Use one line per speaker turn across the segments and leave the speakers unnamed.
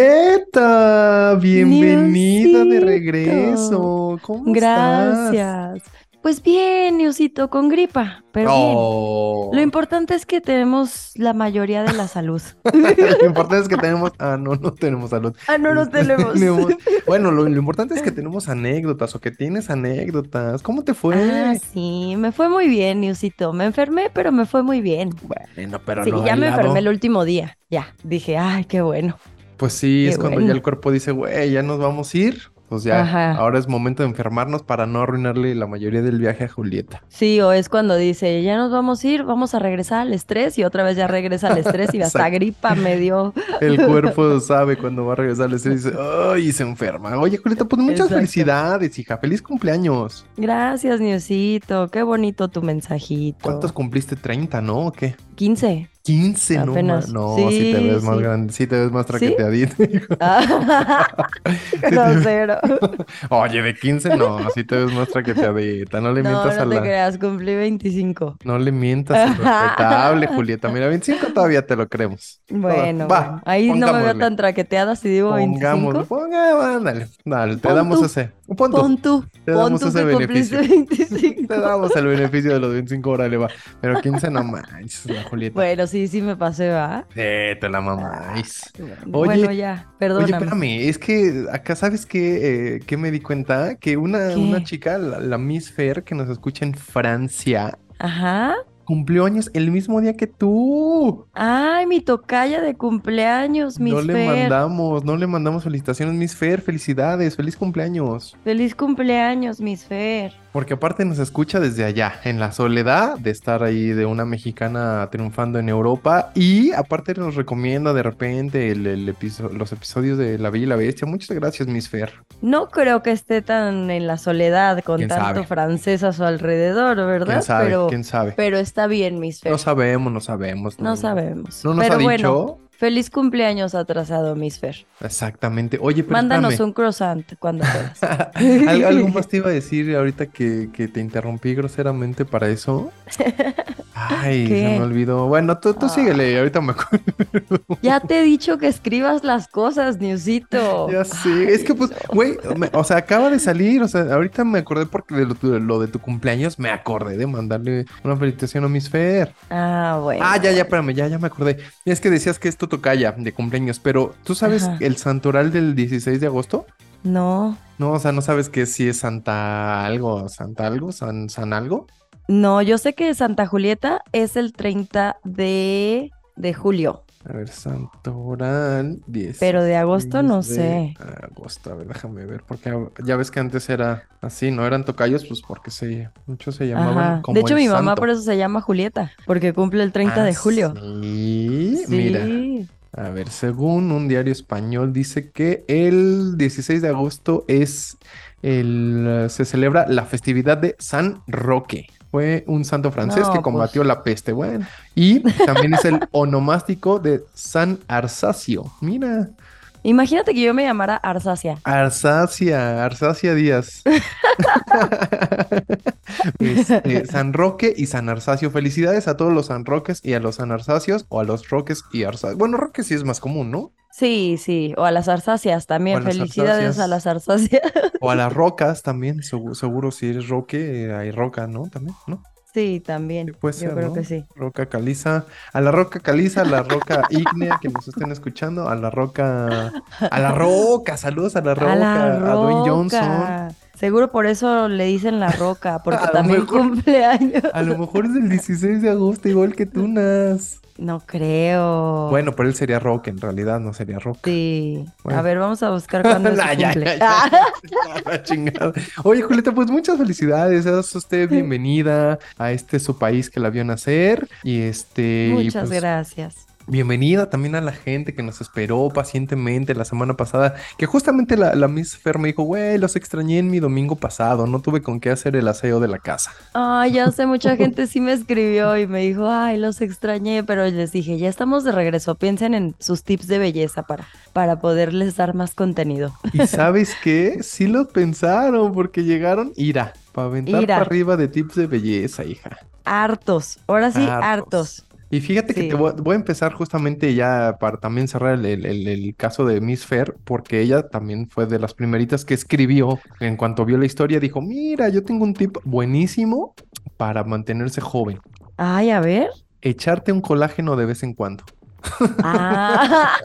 Julieta, bienvenida de regreso. ¿Cómo
Gracias.
estás?
Pues bien, Niusito, con gripa, pero
Oh.
bien. Lo importante es que tenemos la mayoría de la salud.
Lo importante es que tenemos. Ah, no, no tenemos salud.
ah, no, no tenemos.
Bueno, lo, lo importante es que tenemos anécdotas o que tienes anécdotas. ¿Cómo te fue?
Ah, sí, me fue muy bien, Niusito. Me enfermé, pero me fue muy bien.
Bueno, pero
sí,
Eh, no
ya
al
me
lado.
enfermé el último día. Ya, dije, ay, qué bueno.
Pues sí,
Qué
es cuando ya
bueno.
el cuerpo dice, güey, ya nos vamos a ir. Pues ya,
Ajá.
ahora es momento de enfermarnos para no arruinarle la mayoría del viaje a Julieta.
Sí, o es cuando dice, ya nos vamos a ir, vamos a regresar al estrés y otra vez ya regresa al estrés y hasta
Exacto.
gripa me dio.
El cuerpo sabe cuando va a regresar al estrés y dice, ay, se enferma. Oye, Julieta, pues muchas
Exacto.
felicidades, hija. Feliz cumpleaños.
Gracias, Niusito. Qué bonito tu mensajito.
¿Cuántos cumpliste? 30, ¿no? ¿O qué?
15.
15, no, ma-
Apenas.
no, sí, te
Sí,
ves más
sí.
grande, sí te ves más traqueteadito.
Ah, grosero.
Oye, de 15 no, sí te ves más traqueteadita, no le
No,
mientas a
no te
la,
creas, cumplí 25.
no le mientas al respetable, Julieta. Mira, 25 todavía te lo creemos.
Bueno,
va,
bueno, ahí no me veo
pongámosle.
tan traqueteada si digo 25.
Pongamos, ponga, ándale, dale, te
Pon
damos
tú,
ese, un punto,
Pon tú,
te
pon
damos
tú
ese
que cumpliste
beneficio.
25.
Te damos el beneficio de los 25, órale, va. Pero 15 no manches, la Julieta.
Bueno, sí, sí me pasé, ¿va?
Sí, te la mamáis. Oye,
Bueno,
Oye,
ya, perdóname.
espérame, es que acá, ¿sabes qué, eh, qué me di cuenta? Que una,
¿Qué?
una chica, la, la Miss Fair, que nos escucha en Francia,
Ajá.
cumplió años el mismo día que tú.
Ay, mi tocaya de cumpleaños, Miss
No le
Fer.
mandamos, no le mandamos felicitaciones, Miss Fair, felicidades, feliz cumpleaños.
Feliz cumpleaños, Miss Fer.
Porque aparte nos escucha desde allá, en la soledad de estar ahí de una mexicana triunfando en Europa y aparte nos recomienda de repente el, el episo- los episodios de La Bella y la Bestia. Muchas gracias, Miss Fair.
No creo que esté tan en la soledad con
¿Quién
tanto
sabe?
francés a su alrededor, ¿verdad?
¿Quién sabe?
Pero,
¿Quién sabe?
pero está bien, Miss Fer.
No sabemos, no sabemos.
No sabemos.
No nos
Pero
ha
bueno,
dicho.
feliz cumpleaños atrasado, Miss Fer.
Exactamente. Oye, pero
Mándanos
espérame.
un croissant cuando puedas.
Al- algo más te iba a decir ahorita que, que te interrumpí groseramente para eso. Ay, se
¿Qué?
me olvidó. Bueno, tú, tú
Ah.
síguele, ahorita me acuerdo.
ya te he dicho que escribas las cosas, Newsito.
Ya sé. Es que pues, güey, me- o sea, acaba de salir. O sea, ahorita me acordé porque de lo, de lo de tu cumpleaños me acordé de mandarle una felicitación a Miss Fer.
Ah, bueno.
Ah, ya, ya, espérame, ya, ya me acordé. Es que decías que esto tocaya de cumpleaños, pero ¿tú sabes
Ajá.
el santoral del 16 de agosto?
No,
No, o sea, no sabes que si es Santa algo, Santa algo, San, San algo.
no, yo sé que Santa Julieta es el 30 de, de julio,
A ver, Santoral 10.
pero de agosto no sé.
Agosto, a ver, déjame ver, porque ya ves que antes era así, no eran tocayos, pues porque se, muchos se llamaban
Ajá.
como
De hecho,
el
mi mamá
santo.
por eso se llama Julieta, porque cumple el 30 de
Ah,
julio.
Sí,
Sí.
mira. A ver, según un diario español dice que el 16 de agosto es el, eh, se celebra la festividad de San Roque. Fue un santo francés
No,
que
pues.
combatió la peste. Bueno, y también es el onomástico de San Arsacio. Mira,
Imagínate que yo me llamara Arsacia.
Arsacia, Arsacia Díaz. Este, San Roque y San Arsacio. Felicidades a todos los San Roques y a los San Arsacios o a los Roques y Arsacios. Bueno, Roque sí es más común, ¿no?
Sí, sí, o a las arsacias
O a
también.
las
Felicidades a
arsáceas.
las arsacias.
O a las rocas también, segu- seguro, si eres roque, eh, hay roca, ¿no? También, ¿no? Sí,
Sí, también.
puede
Yo
ser,
creo
¿no?
que sí.
Roca caliza, a la roca caliza, a la roca ígnea que nos estén escuchando, a la roca, a la roca, saludos a la roca,
a la
Dwayne Johnson.
Roca. Seguro por eso le dicen la roca, porque
A lo
también
mejor.
cumple años.
A lo mejor es el 16 de agosto, igual que Tunas.
No creo.
Bueno, pero él sería roca, en realidad no sería roca.
Sí.
Bueno.
A ver, vamos a buscar cuándo es su
La- ya, ya,
cumple.
ya. La Ah, chingada. Oye, Julieta, pues muchas felicidades. Es usted bienvenida a este su país que la vio nacer. Y este, y
Muchas
pues,
gracias.
bienvenida también a la gente que nos esperó pacientemente la semana pasada. Que justamente la, la Miss Fer me dijo, güey, los extrañé en mi domingo pasado. No tuve con qué hacer el aseo de la casa.
Ay, ya sé, mucha gente sí me escribió y me dijo, ay, los extrañé, pero les dije, ya estamos de regreso, piensen en sus tips de belleza para, para poderles dar más contenido.
Y sabes qué? Sí lo pensaron porque llegaron ira. Para aventar
Ira.
para arriba de tips de belleza, hija.
Hartos, ahora sí, hartos.
Hartos. Y fíjate que
Sí.
te voy, voy a empezar justamente ya para también cerrar el, el- el- el caso de Miss Fair, porque ella también fue de las primeritas que escribió. En cuanto vio la historia, dijo: Mira, yo tengo un tip buenísimo para mantenerse joven.
Ay, a ver.
Echarte un colágeno de vez en cuando.
Ah,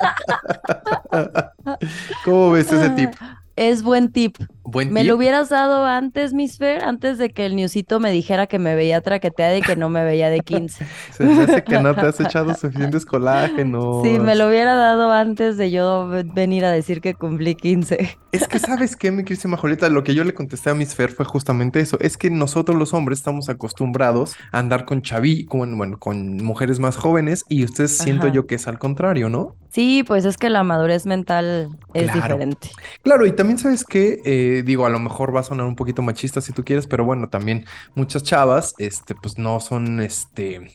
¿Cómo ves ese tip?
es buen tip.
Buen
Ah, Me
tip.
lo hubieras dado antes, Miss Fer, antes de que el newsito me dijera que me veía traqueteada y que no me veía de 15.
Se me hace que no te has echado suficientes colágenos.
Sí, me lo hubiera dado antes de yo ve- venir a decir que cumplí 15.
Es que, ¿sabes qué, mi querida Majolita? Lo que yo le contesté a Miss Fer fue justamente eso. Es que nosotros los hombres estamos acostumbrados a andar con chaví, con, bueno, con mujeres más jóvenes y ustedes siento
Ajá.
yo que es al contrario, ¿no?
Sí, pues es que la madurez mental es
Claro.
diferente.
Claro, y también sabes que, digo, a lo mejor va a sonar un poquito machista si tú quieres, pero bueno, también muchas chavas, este, pues no son, este,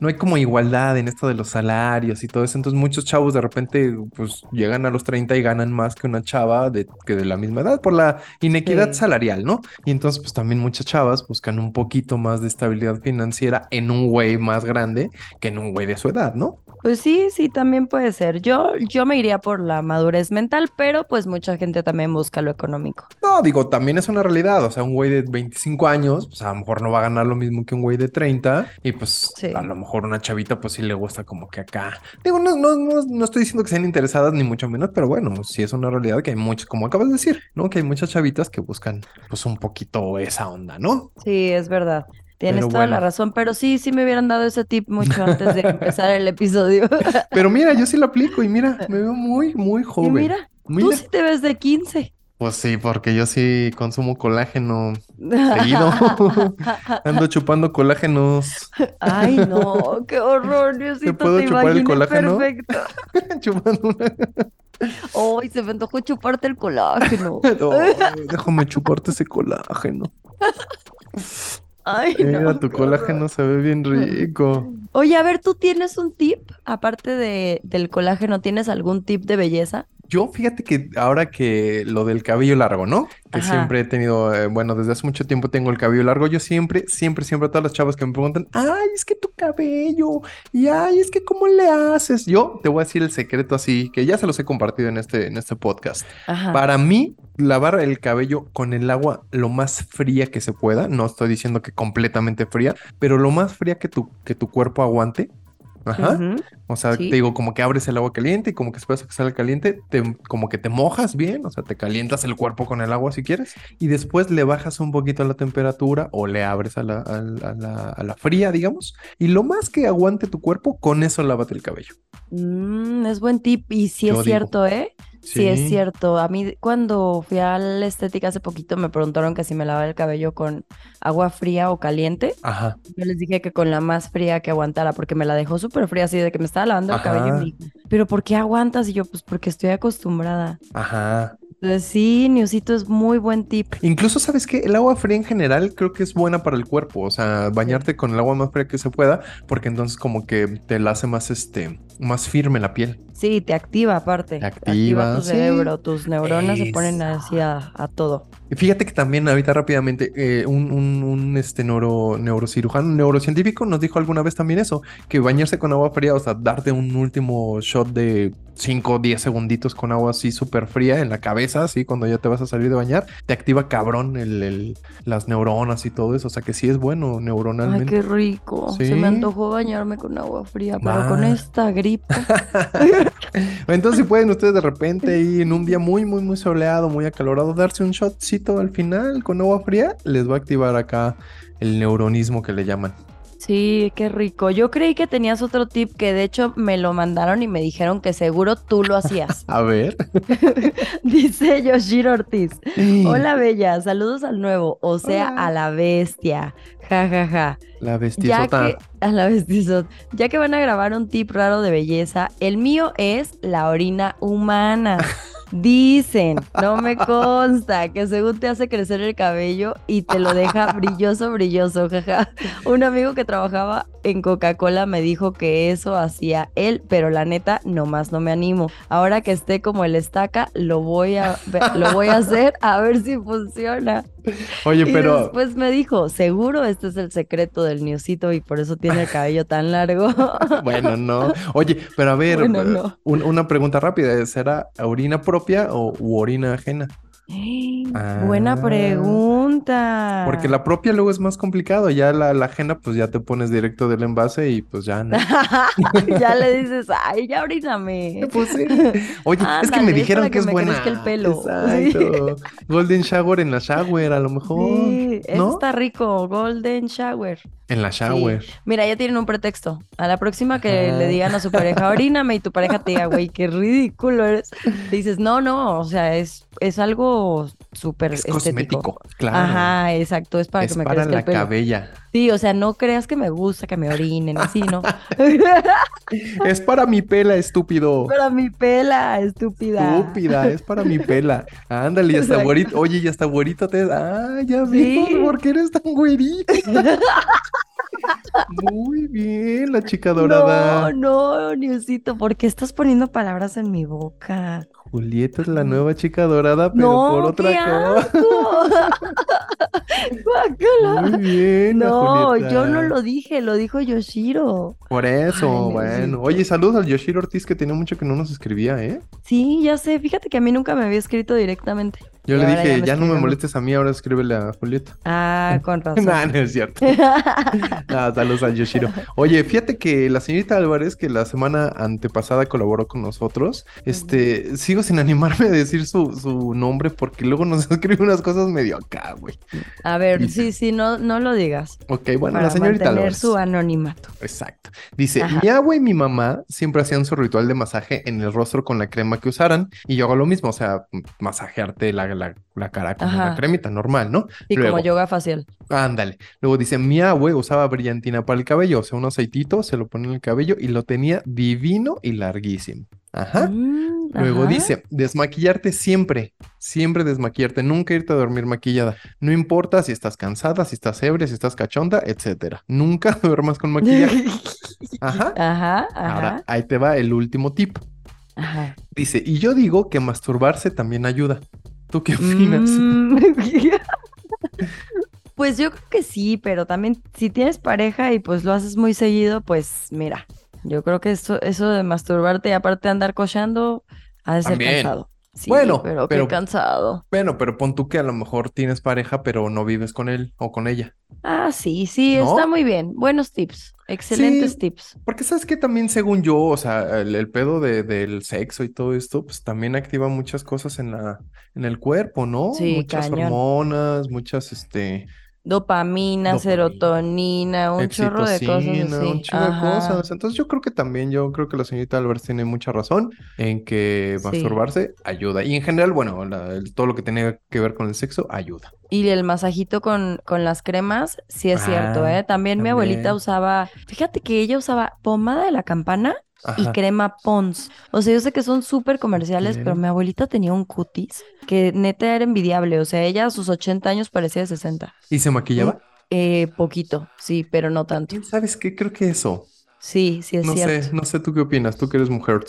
no hay como igualdad en esto de los salarios y todo eso, entonces muchos chavos de repente, pues llegan a los 30 y ganan más que una chava de, que de la misma edad por la inequidad
Sí.
salarial, ¿no? Y entonces, pues también muchas chavas buscan un poquito más de estabilidad financiera en un güey más grande que en un güey de su edad, ¿no?
Pues sí, sí, también puede ser. Yo, yo me iría por la madurez mental, pero pues mucha gente también busca lo económico.
No, digo, también es una realidad. O sea, un güey de 25 años, pues a lo mejor no va a ganar lo mismo que un güey de 30. Y pues
Sí.
a lo mejor una chavita, pues sí le gusta como que acá. Digo, no, no, no, no estoy diciendo que sean interesadas ni mucho menos, pero bueno, pues, sí es una realidad que hay muchos, como acabas de decir, ¿no? Que hay muchas chavitas que buscan pues un poquito esa onda, ¿no?
Sí, es verdad. Tienes
Pero
toda la
bueno.
razón, pero sí, sí me hubieran dado ese tip mucho antes de empezar el episodio.
Pero mira, yo sí la aplico y mira, me veo muy, muy
y
joven.
mira, tú
Mira.
sí te ves de 15.
Pues sí, porque yo sí consumo colágeno seguido. Ando chupando colágenos.
Ay, no, qué horror. Yo sí
¿Te puedo chupar el
imaginé
colágeno?
Perfecto.
Chupando una-
Ay, se me antojó chuparte el colágeno.
Ay, déjame chuparte ese colágeno.
Ay, no,
Mira, tu
qué horror.
colágeno se ve bien rico.
Oye, a ver, ¿tú tienes un tip? Aparte de, del colágeno, ¿tienes algún tip de belleza?
Yo fíjate que ahora que lo del cabello largo, ¿no? Que
Ajá.
siempre he tenido, eh, bueno, desde hace mucho tiempo tengo el cabello largo. Yo siempre, siempre, siempre a todas las chavas que me preguntan, ay, es que tu cabello, y ay, es que cómo le haces. Yo te voy a decir el secreto así, que ya se los he compartido en este, en este podcast.
Ajá.
Para mí, lavar el cabello con el agua lo más fría que se pueda, no estoy diciendo que completamente fría, pero lo más fría que tu, que tu cuerpo aguante. Ajá.
Ujú.
O sea,
sí.
te digo, como que abres el agua caliente y como que esperas a que salga caliente, te- como que te mojas bien, o sea, te calientas el cuerpo con el agua si quieres, y después le bajas un poquito la temperatura o le abres a la, a la- a la- a la fría, digamos, y lo más que aguante tu cuerpo, con eso lávate el cabello.
Mm, es buen tip y sí
Yo
es
digo.
cierto, ¿eh? Sí es
Sí.
cierto. A mí cuando fui a la estética hace poquito me preguntaron que si me lavaba el cabello con agua fría o caliente.
Ajá.
Yo les dije que con la más fría que aguantara porque me la dejó súper fría así de que me estaba lavando el cabello y
Ajá.
me dijo, pero ¿por qué aguantas? Y yo pues porque estoy acostumbrada.
Ajá.
Entonces sí, Newsito es muy buen tip.
Incluso, ¿sabes qué? El agua fría en general creo que es buena para el cuerpo. O sea, bañarte con el agua más fría que se pueda, porque entonces como que te la hace más, este, más firme la piel.
Sí, te activa aparte.
Te activa,
tu
sí.
cerebro, tus neuronas se ponen así a, a todo.
Y fíjate que también ahorita rápidamente eh, un, un- un, este, neuro, neurocirujano, neurocientífico nos dijo alguna vez también eso, que bañarse con agua fría, o sea, darte un último shot de 5 o 10 segunditos con agua así súper fría en la cabeza, así cuando ya te vas a salir de bañar, te activa cabrón el- el- las neuronas y todo eso. O sea, que sí es bueno
Ay,
neuronalmente.
qué rico. Se
Sí.
me antojó bañarme con agua fría, pero con
Va.
esta gripa.
Entonces, si pueden ustedes de repente y en un día muy, muy, muy soleado, muy acalorado, darse un shotcito al final con agua fría, les va a activar acá el neuronismo que le llaman.
Sí, qué rico. Yo creí que tenías otro tip que de hecho me lo mandaron y me dijeron que seguro tú lo hacías.
A ver.
Dice Yoshiro Ortiz. Hola, bella. Saludos al nuevo, o sea,
Hola.
a la bestia. Ja, ja, ja.
La
Ya
vestizota.
que, a la bestizota. Ya que van a grabar un tip raro de belleza, el mío es la orina humana. Dicen, no me consta, que según te hace crecer el cabello y te lo deja brilloso, brilloso, jaja. Un amigo que trabajaba en Coca-Cola me dijo que eso hacía él, pero la neta, nomás no me animo. Ahora que esté como el estaca, lo voy a, lo voy a hacer a ver si funciona.
Oye,
Y
pero
después me dijo, seguro este es el secreto del niocito y por eso tiene el cabello tan largo.
bueno, no. Oye, pero a ver,
Bueno,
eh,
no.
un- una pregunta rápida, ¿eh? ¿será orina propia o u orina ajena?
Buena
Ah.
pregunta.
Porque la propia luego es más complicado, ya la, la ajena pues ya te pones directo del envase y pues ya no.
ya le dices, ay, ya oríname.
Pues sí. Oye, es que
Ándale,
me
es
dijeron
para
que
que
es
me
buena.
crezca el pelo.
Exacto. Golden shower en la shower, a lo mejor.
Sí, eso
¿No?
está rico, Golden Shower.
En la shower.
Mira, ya tienen un pretexto. A la próxima que
Ajá.
le digan a su pareja, oríname, y tu pareja te diga, güey, qué ridículo eres. Dices, no, no, o sea, es, es algo súper
Es
estético.
cosmético, claro.
Ajá, exacto, es para
es
que me
para
crezca
la
el pelo.
cabella.
Sí, o sea, no creas que me gusta que me orinen, así, ¿no?
Es para mi pela, estúpido.
Para mi pela, estúpida.
Estúpida, es para mi pela. Ándale, y hasta
Exacto.
güerito. Oye, y hasta güerito te. Ah, ya
Sí.
vimos por qué eres tan güerita. Muy bien, la chica dorada.
No, no, Niusito, ¿por qué estás poniendo palabras en mi boca?
Julieta es la nueva chica dorada, pero
no,
por otra
qué
cosa.
asco. Guácala.
Muy bien, la
No,
Julieta.
yo no lo dije, lo dijo Yoshiro.
Por eso,
Ay,
bueno.
Diosito.
Oye, saludos al Yoshiro Ortiz que tenía mucho que no nos escribía, ¿eh?
Sí, ya sé, fíjate que a mí nunca me había escrito directamente.
Yo
Y
le
ahora ya
dije,
me
ya no me
escribe a mí".
molestes a mí, ahora escríbele a Julieta.
Ah, con razón.
No, no es cierto. No, saludos al Yoshiro. Oye, fíjate que la señorita Álvarez, que la semana antepasada colaboró con nosotros, este, sigo sin animarme a decir su, su nombre porque luego nos escribe unas cosas medio acá, güey.
A ver, sí, sí, no, no lo digas.
Ok, bueno,
para
la señorita
mantener
Álvarez.
su anonimato.
Exacto. Dice,
Ajá.
mi agua y mi mamá siempre hacían su ritual de masaje en el rostro con la crema que usaran y yo hago lo mismo, o sea, masajearte la, la- la cara con una
Ajá.
cremita normal, ¿no?
Y
Luego.
como yoga facial.
Ándale. Luego dice, mi abue usaba brillantina para el cabello, o sea, un aceitito, se lo pone en el cabello y lo tenía divino y larguísimo. Ajá.
Mm,
¿Ah? Luego
ajá.
dice, desmaquillarte siempre, siempre desmaquillarte, nunca irte a dormir maquillada. No importa si estás cansada, si estás ebria, si estás cachonda, etcétera. Nunca duermas con maquillaje. Ajá.
Ajá,
Ahora,
ajá,
ahí te va el último tip.
ajá.
Dice, y yo digo que masturbarse también ayuda. ¿Tú qué opinas?
Mm. Pues yo creo que sí, pero también si tienes pareja y pues lo haces muy seguido, pues mira, yo creo que eso, eso de masturbarte y aparte de andar cochando, ha de ser
También.
cansado. Sí,
Bueno,
pero
pero-
qué cansado.
Bueno, pero pon tú que a lo mejor tienes pareja, pero no vives con él o con ella.
Ah, sí, sí,
¿No?
está muy bien. Buenos tips, excelentes tips.
Porque sabes que también según yo, o sea, el, el pedo de- del sexo y todo esto, pues también activa muchas cosas en la, en el cuerpo, ¿no?
Sí,
Muchas
cañón.
hormonas, muchas, este,
Dopamina,
Dopamina,
serotonina, un chorro de cosas
oxitocina,
así.
un chingo de
Ajá.
cosas. Entonces yo creo que también, yo creo que la señorita Álvarez tiene mucha razón en que
Sí.
masturbarse ayuda. Y en general, bueno, la- el- todo lo que tiene que ver con el sexo ayuda.
Y el masajito con, con las cremas, sí es cierto,
Ah,
¿eh? También mi abuelita
también.
usaba, fíjate que ella usaba pomada de la campana y
Ajá.
crema Pons. O sea, yo sé que son súper comerciales, pero
Ok.
mi abuelita tenía un cutis que neta era envidiable. O sea, ella a sus 80 años parecía de 60.
¿Y se maquillaba?
Eh, poquito, sí, pero no tanto.
¿Quién sabes qué? Creo que eso.
Sí, sí es
No
cierto.
sé, no sé tú qué opinas, tú que eres mujer.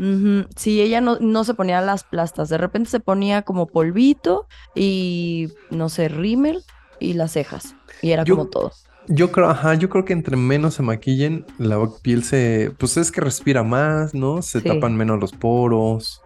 Ujú, Sí, ella no, no se ponía las plastas, de repente se ponía como polvito y no sé, rímel y las cejas. Y era
Yo-
como todo.
Yo creo, ajá, yo creo que entre menos se maquillen, la piel se, pues es que respira más, ¿no? Se
Sí.
tapan menos los poros.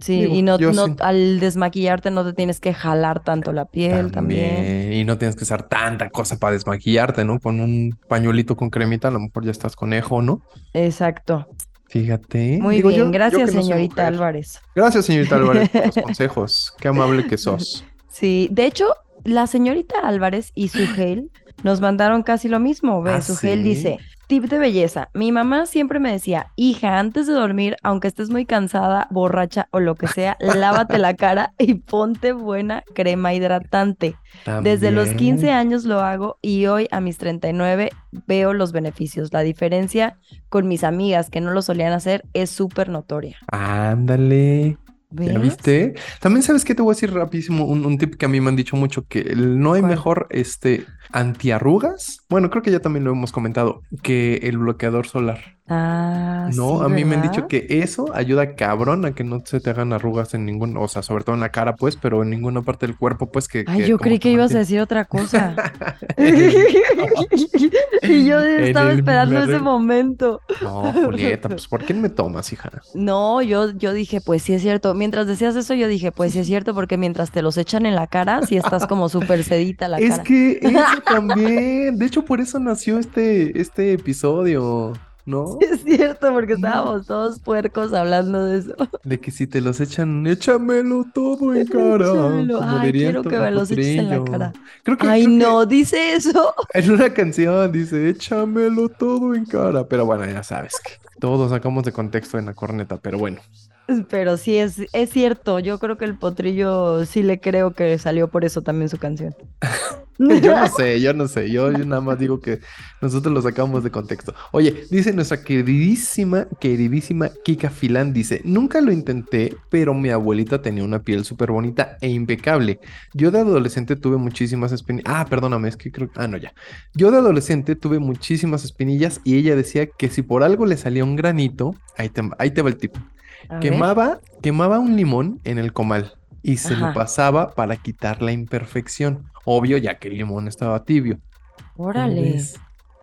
Sí,
Digo,
y no,
yo
no-
sí.
al desmaquillarte no te tienes que jalar tanto la piel también.
También. Y no tienes que usar tanta cosa para desmaquillarte, ¿no? Con un pañuelito con cremita, a lo mejor ya estás conejo, ¿no?
Exacto.
Fíjate.
Muy
Digo, yo-
bien,
yo
gracias,
que no soy
señorita
mujer.
Álvarez.
Gracias, señorita Álvarez, por los consejos. Qué amable que sos.
Sí, de hecho, la señorita Álvarez y su gel nos mandaron casi lo mismo. Ve,
¿Ah,
su gel
sí?
dice, tip de belleza. Mi mamá siempre me decía, hija, antes de dormir, aunque estés muy cansada, borracha o lo que sea, lávate la cara y ponte buena crema hidratante. Desde los 15
También.
años lo hago y hoy a mis 39 veo los beneficios. La diferencia con mis amigas que no lo solían hacer es súper notoria.
Ándale. ¿Ya viste? También sabes que te voy a decir rapidísimo un, un, tip que a mí me han dicho mucho, que el, no hay ¿Cuál? mejor este, antiarrugas. Bueno, creo que ya también lo hemos comentado, que el bloqueador solar.
Ah,
no,
sí,
a mí me han
¿verdad?
dicho que eso ayuda cabrón a que no se te hagan arrugas en ningún, o sea, sobre todo en la cara, pues, pero en ninguna parte del cuerpo, pues que.
Ay,
que
yo
como
creí
que
que ibas a
mantiene-
decir otra cosa. y yo
En
estaba
el
esperando ese
barrio.
momento.
No, Julieta, pues ¿por qué me tomas, hija?
No, yo, yo dije, pues sí es cierto. Mientras decías eso, yo dije, pues sí es cierto, porque mientras te los echan en la cara, sí estás como súper sedita la
es
cara.
que eso también. De hecho, por eso nació este, este episodio, ¿no?
Sí Es cierto, porque estábamos todos puercos hablando de eso.
De que si te los echan, échamelo todo en cara.
Échamelo.
como
Ay,
diría
quiero que me los eches en la
Topotrillo.
cara.
Creo que,
Ay,
creo que
no, dice eso.
en una canción dice, échamelo todo en cara. Pero bueno, ya sabes que todos sacamos de contexto en la corneta, pero bueno.
Pero sí es, es cierto. Yo creo que el potrillo sí le creo que salió por eso también su canción.
Yo no sé, yo no sé, yo, yo nada más digo que nosotros lo sacamos de contexto. Oye, dice nuestra queridísima, queridísima Kika Filán, dice, nunca lo intenté, pero mi abuelita tenía una piel súper bonita e impecable. Yo de adolescente tuve muchísimas espinillas. Ah, perdóname, es que creo... Ah, no, ya. Yo de adolescente tuve muchísimas espinillas y ella decía que si por algo le salía un granito, ahí te, ahí te va el tipo,
A ver.
quemaba, quemaba un limón en el comal y se lo
Ajá.
pasaba para quitar la imperfección. Obvio, ya que el limón estaba tibio. ¿Cómo
Órale.
ves?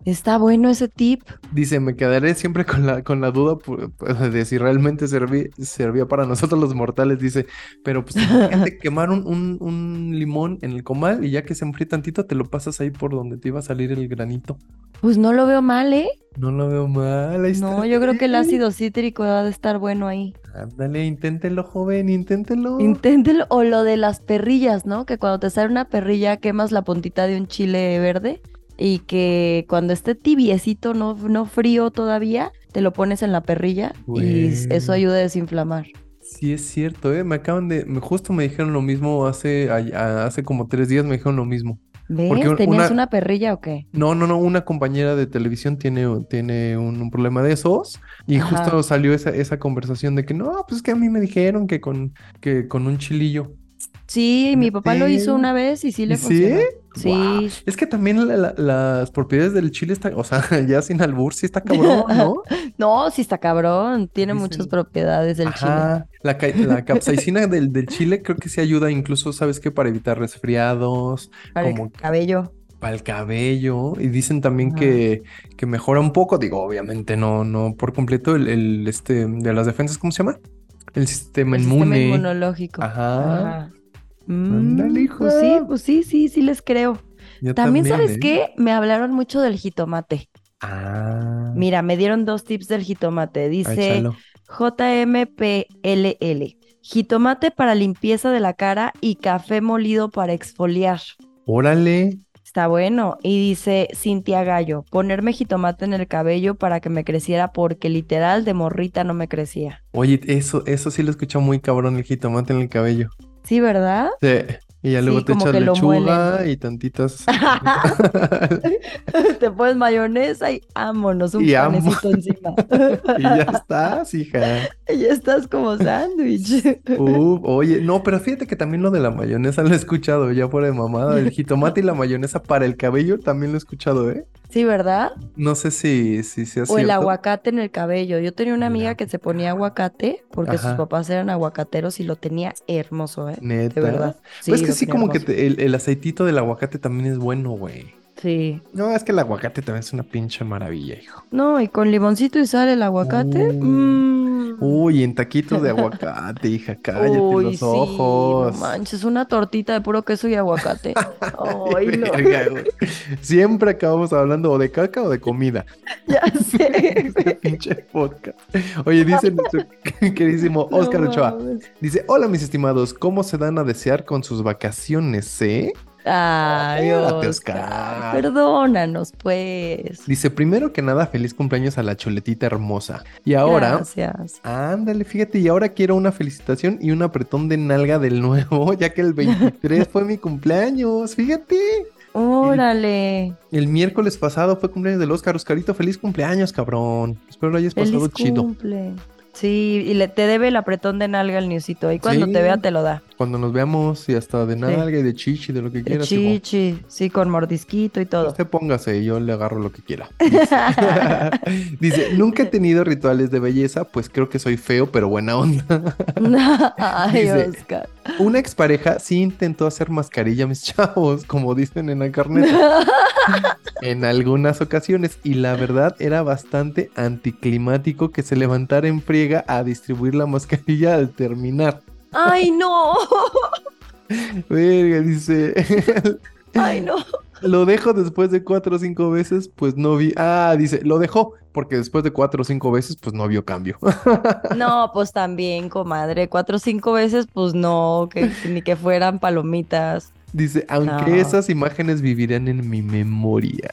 Está bueno ese tip.
Dice, me quedaré siempre con la, con la duda pu- pu- de si realmente serví- servía para nosotros los mortales. Dice, pero pues imagínate quemar un, un- un limón en el comal y ya que se enfríe tantito, te lo pasas ahí por donde te iba a salir el granito.
Pues no lo veo mal, ¿eh?
No lo veo mal. ahí
No,
está.
yo creo que el ácido cítrico va a estar bueno ahí.
Ándale, inténtelo, joven, inténtelo.
Inténtelo. O lo de las perrillas, ¿no? Que cuando te sale una perrilla quemas la puntita de un chile verde y que cuando esté tibiecito, no, no frío todavía, te lo pones en la perrilla y s- eso
Güey.
ayuda a desinflamar.
Sí, es cierto, ¿eh? Me acaban de, me- justo me dijeron lo mismo hace, ay- a- hace como tres días me dijeron lo mismo.
¿Ves?
Porque un-
¿Tenías
una-
una perrilla o qué?
No, no, no, una compañera de televisión tiene, tiene un, un problema de esos y
Ajá.
justo salió esa, esa conversación de que no, pues es que a mí me dijeron que con, que con un chilillo.
Sí, mi papá lo hizo
Sí.
una vez y sí le
¿Y sí?
funcionó.
Guau.
Sí,
Es que también la- la- las propiedades del chile están, o sea, ya sin albur, sí está cabrón, ¿no?
No, sí está cabrón. Tiene
Dicen-
muchas propiedades del chile.
Ajá, La, ca- la capsaicina del, del chile creo que sí ayuda incluso, ¿sabes qué? Para evitar resfriados,
Para
como
el cabello.
para el cabello y dicen también
Ajá.
que, que mejora un poco, digo, obviamente no, no por completo el, el, este de las defensas, ¿cómo se llama? El sistema
El sistema
inmune.
inmunológico.
Ajá.
Ajá. Mm,
Ándale,
pues sí,
hija.
pues sí, sí, sí les creo.
Yo
También, ¿sabes
¿eh?
qué? Me hablaron mucho del jitomate.
Ah,
Mira, me dieron dos tips del jitomate.
ah,
Dice
chalo.
JMPLL. Jitomate para limpieza de la cara y café molido para exfoliar.
Órale.
Está bueno. Y dice Cintia Gallo, ponerme jitomate en el cabello para que me creciera porque literal de morrita no me crecía.
Oye, eso, eso sí lo escucha muy cabrón el jitomate en el cabello.
Sí, ¿verdad?
Sí. Y ya luego
Sí,
te
como
echas
que lo
lechuga y tantitas.
Te pones mayonesa y ámonos, un
Y amo.
panecito encima.
y ya estás, hija.
ya estás como sándwich.
Uh, oye, no, pero fíjate que también lo de la mayonesa lo he escuchado ya por de mamada. El jitomate y la mayonesa para el cabello también lo he escuchado, ¿eh?
Sí, ¿verdad?
No sé si, si sea
O el
cierto.
aguacate en el cabello. Yo tenía una
El
amiga que se ponía aguacate porque sus
Ajá.
papás eran aguacateros y lo tenía hermoso, ¿eh?
Neta.
De verdad.
Pues es que
lo
sí,
tenía
como que
hermoso.
te- el, el aceitito del aguacate también es bueno, güey.
Sí.
No, es que el aguacate también es una pinche maravilla, hijo.
No, y con limoncito y sal el aguacate.
Uh.
mm.
Uy, en taquitos de aguacate, hija, cállate
Uy,
los
sí,
ojos.
No manches, una tortita de puro queso y aguacate. Ay, no.
Verga, güey. Siempre acabamos hablando o de caca o de comida.
Ya sé.
Este pinche podcast. Oye, dice nuestro queridísimo
No
Oscar Ochoa.
mames.
Dice, hola mis estimados, ¿cómo se dan a desear con sus vacaciones, eh?
Ay,
Espérate,
Oscar,
Oscar.
Perdónanos, pues.
Dice, primero que nada, feliz cumpleaños a la chuletita hermosa. Y ahora,
Gracias.
ándale, fíjate, y ahora quiero una felicitación y un apretón de nalga del nuevo, ya que el 23 fue mi cumpleaños, fíjate.
Órale.
El miércoles pasado fue cumpleaños del Oscar. Oscarito, feliz cumpleaños, cabrón. Espero lo hayas pasado
Feliz
chido.
cumple. Sí, y le, te debe el apretón de nalga el niusito. Y cuando
Sí.
te vea, te lo da.
Cuando nos veamos y hasta de nalga y de chichi, de lo que
De
quieras. Simón.
chichi, sí, con mordisquito y todo.
Usted póngase y yo le agarro lo que quiera. Dice, nunca he tenido rituales de belleza, pues creo que soy feo, pero buena onda.
Ay,
Dice-
Oscar.
Una expareja sí intentó hacer mascarilla, mis chavos, como dicen en la carneta, en algunas ocasiones. Y la verdad era bastante anticlimático que se levantara en friega a distribuir la mascarilla al terminar.
Ay, no.
Verga, dice,
Ay, no.
lo dejo después de cuatro o cinco veces, pues no vi. Ah, dice, lo dejó, porque después de cuatro o cinco veces, pues no vio cambio.
No, pues también, comadre. Cuatro o cinco veces, pues no, que, ni que fueran palomitas.
Dice, aunque
No.
esas imágenes vivirán en mi memoria.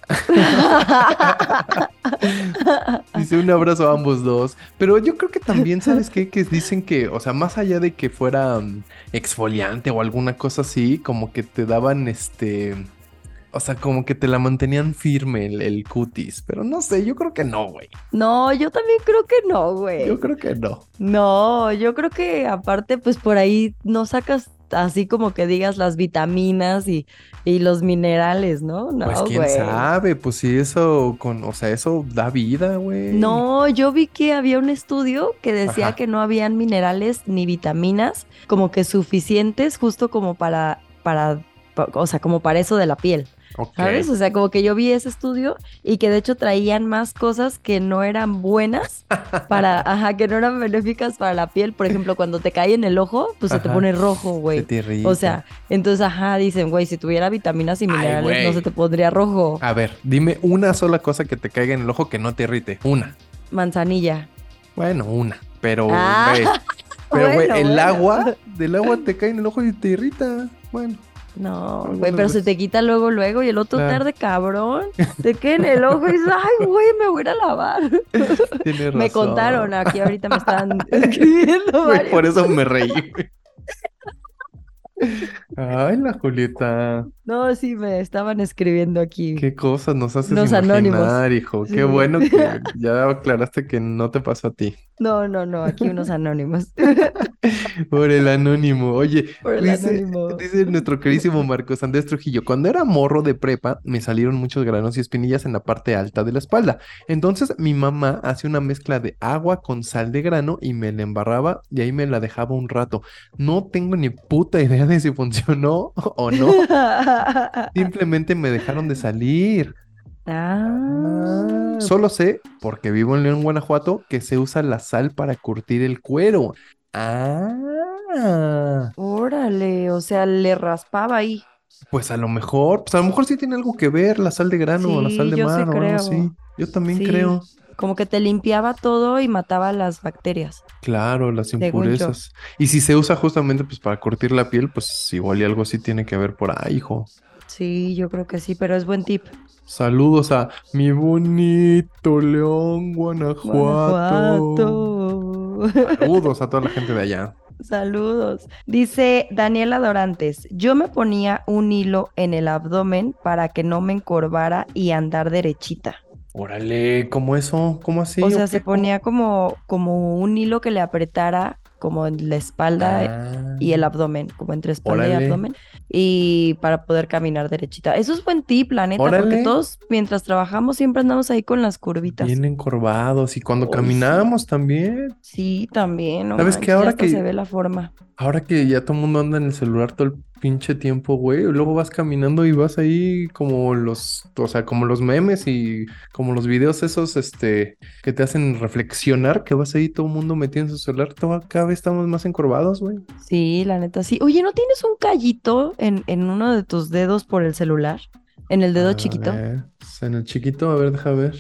Dice, un abrazo a ambos dos. Pero yo creo que también, ¿sabes qué? Que dicen que, o sea, más allá de que fuera mm, exfoliante o alguna cosa así, como que te daban este... O sea, como que te la mantenían firme el, el cutis. Pero no sé, yo creo que no, güey.
No, yo también creo que no, güey.
Yo creo que no.
No, yo creo que aparte, pues por ahí no sacas así como que digas las vitaminas y, y los minerales, ¿no? No,
pues quién
güey.
sabe, pues si eso con, o sea, eso da vida, güey.
No, yo vi que había un estudio que decía
Ajá.
que no habían minerales ni vitaminas como que suficientes justo como para, para, pa- o sea, como para eso de la piel,
Ok.
¿sabes? O sea, como que yo vi ese estudio y que de hecho traían más cosas que no eran buenas para, ajá, que no eran benéficas para la piel. Por ejemplo, cuando te cae en el ojo, pues se te
Ajá.
pone rojo,
Qué
güey.
terrible.
O sea, entonces, ajá, dicen, güey, si tuviera vitaminas y
Ay,
minerales, no
güey. Ah.
se te pondría rojo.
A ver, dime una sola cosa que te caiga en el ojo que no te irrite. Una.
Manzanilla.
Bueno, una. Pero,
Ah,
güey. Pero, güey,
bueno,
el
bueno.
agua, del agua te cae en el ojo y te irrita. Bueno.
No,
Algunas
güey, pero se
veces.
te quita luego, luego, y el otro
Claro.
tarde, cabrón, te queda en el ojo y dices, ay, güey, me voy a ir a lavar.
Tienes razón.
Me contaron, aquí ahorita me están escribiendo
Güey,
varios.
por eso me reí. güey. Ay, la Julieta.
No, sí, me estaban escribiendo aquí.
Qué cosas nos haces
Los
imaginar,
anónimos.
hijo.
Sí.
Qué bueno que ya aclaraste que no te pasó a ti.
No, no, no, aquí unos anónimos.
Por el anónimo. Oye,
Por el
Dice-
anónimo.
Dice nuestro queridísimo Marcos Andrés Trujillo, cuando era morro de prepa me salieron muchos granos y espinillas en la parte alta de la espalda. Entonces mi mamá hace una mezcla de agua con sal de grano y me la embarraba y ahí me la dejaba un rato. No tengo ni puta idea de si funcionó o no. Simplemente me dejaron de salir.
Ah,
Solo sé, porque vivo en León, Guanajuato, que se usa la sal para curtir el cuero. Ah.
órale, o sea, le raspaba ahí.
Pues a lo mejor, pues a lo mejor sí tiene algo que ver la sal de grano o la
Sí,
sal de
yo sí
mar o algo
creo.
así. Yo también
Sí.
creo.
Como que te limpiaba todo y mataba las bacterias.
Claro, las
Según yo.
impurezas. Y si se usa justamente pues para curtir la piel, pues igual y algo así tiene que ver por ahí, hijo.
Sí, yo creo que sí, pero es buen tip.
Saludos a mi bonito León, Guanajuato.
Guanajuato.
Saludos a toda la gente de allá.
Saludos. Dice Daniela Dorantes, yo me ponía un hilo en el abdomen para que no me encorvara y andar derechita.
Órale, ¿cómo eso? ¿Cómo así?
o sea, se
qué?
ponía como, como un hilo que le apretara como en la espalda eh,
Ah,
y el abdomen, como entre espalda y
Órale.
abdomen, y para poder caminar derechita. Eso es buen tip, la neta, porque
Órale.
todos mientras trabajamos siempre andamos ahí con las curvitas.
Bien encorvados. Y cuando
Ay, sí.
caminamos también.
Sí, también. no
¿Sabes qué?
manches,
Ahora
hasta
que-
se ve la forma.
Ahora que ya todo el mundo anda en el celular todo el pinche tiempo, güey, luego vas caminando y vas ahí como los, o sea, como los memes y como los videos esos, este, que te hacen reflexionar, que vas ahí todo el mundo metido en su celular, todo, cada vez estamos más encorvados, güey.
Sí, la neta, sí. Oye, ¿no tienes un callito en, en uno de tus dedos por el celular? En el dedo
A
chiquito.
ver, pues, en el chiquito, a ver, deja ver.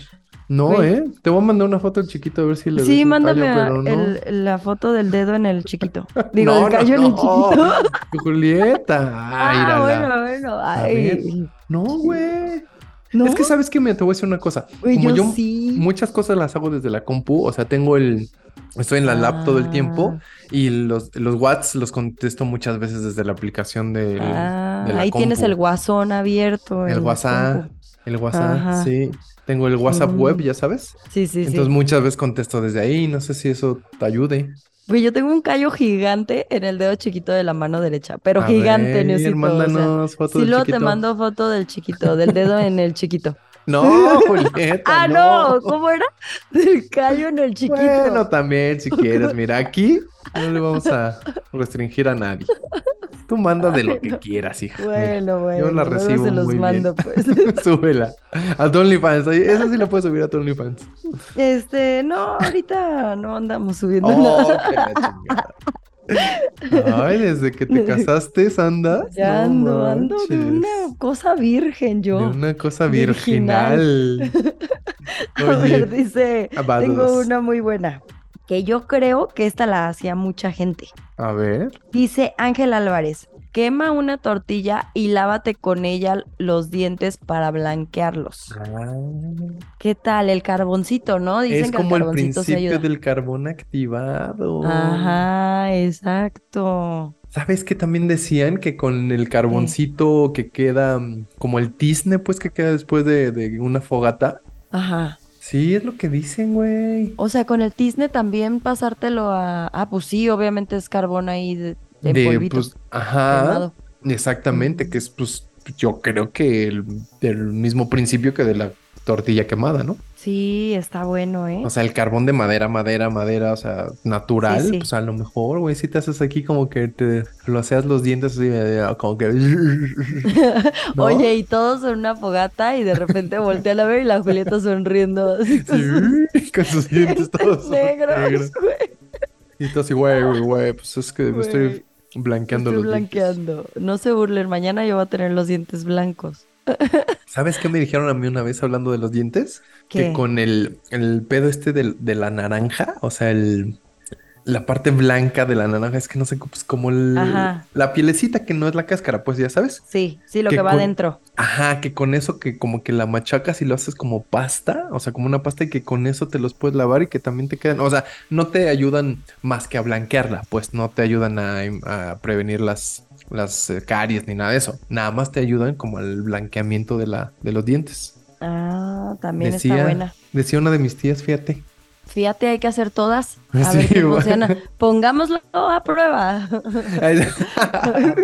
No,
Güey.
¿eh? Te voy a mandar una foto del chiquito a ver si le ves
Sí,
el
mándame
callo,
a-
pero no.
el- la foto del dedo en el chiquito. Digo,
No,
el
no,
callo en el
no.
chiquito.
Julieta, ay,
ah,
írala.
bueno, bueno. Ay, eh,
No, güey.
¿no?
Es que sabes que me te voy a decir una cosa.
Güey,
como
yo
yo
sí.
muchas cosas las hago desde la compu, o sea, tengo el, estoy en la lap todo el tiempo
Ah.
y los, los whats los contesto muchas veces desde la aplicación del,
Ah,
eh, de la
ahí tienes
compu.
el guasón abierto. en
el
la
WhatsApp,
compu.
el WhatsApp,
Ajá.
sí. Tengo el WhatsApp
Mm.
web, ya sabes.
Sí, sí,
Entonces
sí.
muchas veces contesto desde ahí. No sé si eso te ayude.
Güey, yo tengo un callo gigante en el dedo chiquito de la mano derecha, pero
A
gigante,
ver,
Neusito, o sea,
mándanos foto
sí,
del
luego te
chiquito.
mando foto del chiquito, del dedo en el chiquito.
No, Julieta,
Ah, no, ¿cómo era? Del callo en el chiquito.
Bueno, también si quieres. Mira, aquí no le vamos a restringir a nadie. Tú manda de lo que quieras, hija. Mira,
Bueno, bueno,
la
luego
recibo
se los
muy bien.
mando, pues.
Súbela a tu OnlyFans. Oye, Esa sí la puedes subir a tu OnlyFans.
Este, no, ahorita no andamos subiendo
Oh,
nada.
qué la chingada. Ay, desde que te casaste, andas.
Ya ando, ando de una
manches.
cosa virgen yo.
De una cosa
virginal.
virginal.
A
Oye,
ver, dice,
vas,
tengo
vas.
una muy buena, que yo creo que esta la hacía mucha gente.
a ver.
Dice Ángel Álvarez, quema una tortilla y lávate con ella los dientes para blanquearlos. ¿Qué tal? El carboncito, ¿no? Dicen
es
que
como
el
el
carboncito se
principio
ayuda.
del carbón activado.
Ajá, exacto.
¿Sabes que también decían que con el carboncito que queda mm, como el tizne, pues que queda después de, de una fogata?
Ajá.
Sí, es lo que dicen, güey.
O sea, con el tizne también pasártelo a... Ah, pues sí, obviamente es carbón ahí de, en
De,
polvito,
pues, ajá,
quemado.
exactamente,
Ujú.
que es, pues, yo creo que el, el mismo principio que de la tortilla quemada, ¿no?
Sí, está bueno, ¿eh?
O sea, el carbón de madera, madera, madera, o sea, natural,
Sí, sí.
pues a lo mejor, güey, si te haces aquí como que te lo haces los dientes así, eh, como que... ¿no?
Oye, y todos en una fogata y de repente voltean a ver y la Julieta sonriendo. así con sus
Sí, con sus dientes todos
negros,
negros.
güey.
Y tú así, güey, güey, güey, pues es que me estoy
Güey,
blanqueando
Estoy
los dientes.
blanqueando. No se burlen, mañana yo voy a tener los dientes blancos.
¿Sabes qué me dijeron a mí una vez hablando de los dientes?
¿Qué?
Que con el, el pedo este del- de, la naranja, o sea, el, la parte blanca de la naranja, es que no sé, pues como el-
Ajá.
la pielecita que no es la cáscara, pues ya sabes.
Sí, sí, lo que,
que
va
con-
adentro.
Ajá, que con eso que como que la machacas y lo haces como pasta, o sea, como una pasta y que con eso te los puedes lavar y que también te quedan, o sea, no te ayudan más que a blanquearla, pues no te ayudan a, a prevenir las, las eh, caries ni nada de eso, nada más te ayudan como al blanqueamiento de, la, de los dientes.
Ah, también
Decía-
está buena.
Decía una de mis tías, fíjate.
Fíjate, hay que hacer todas. A
Sí,
ver qué
va.
funciona. Pongámoslo a prueba.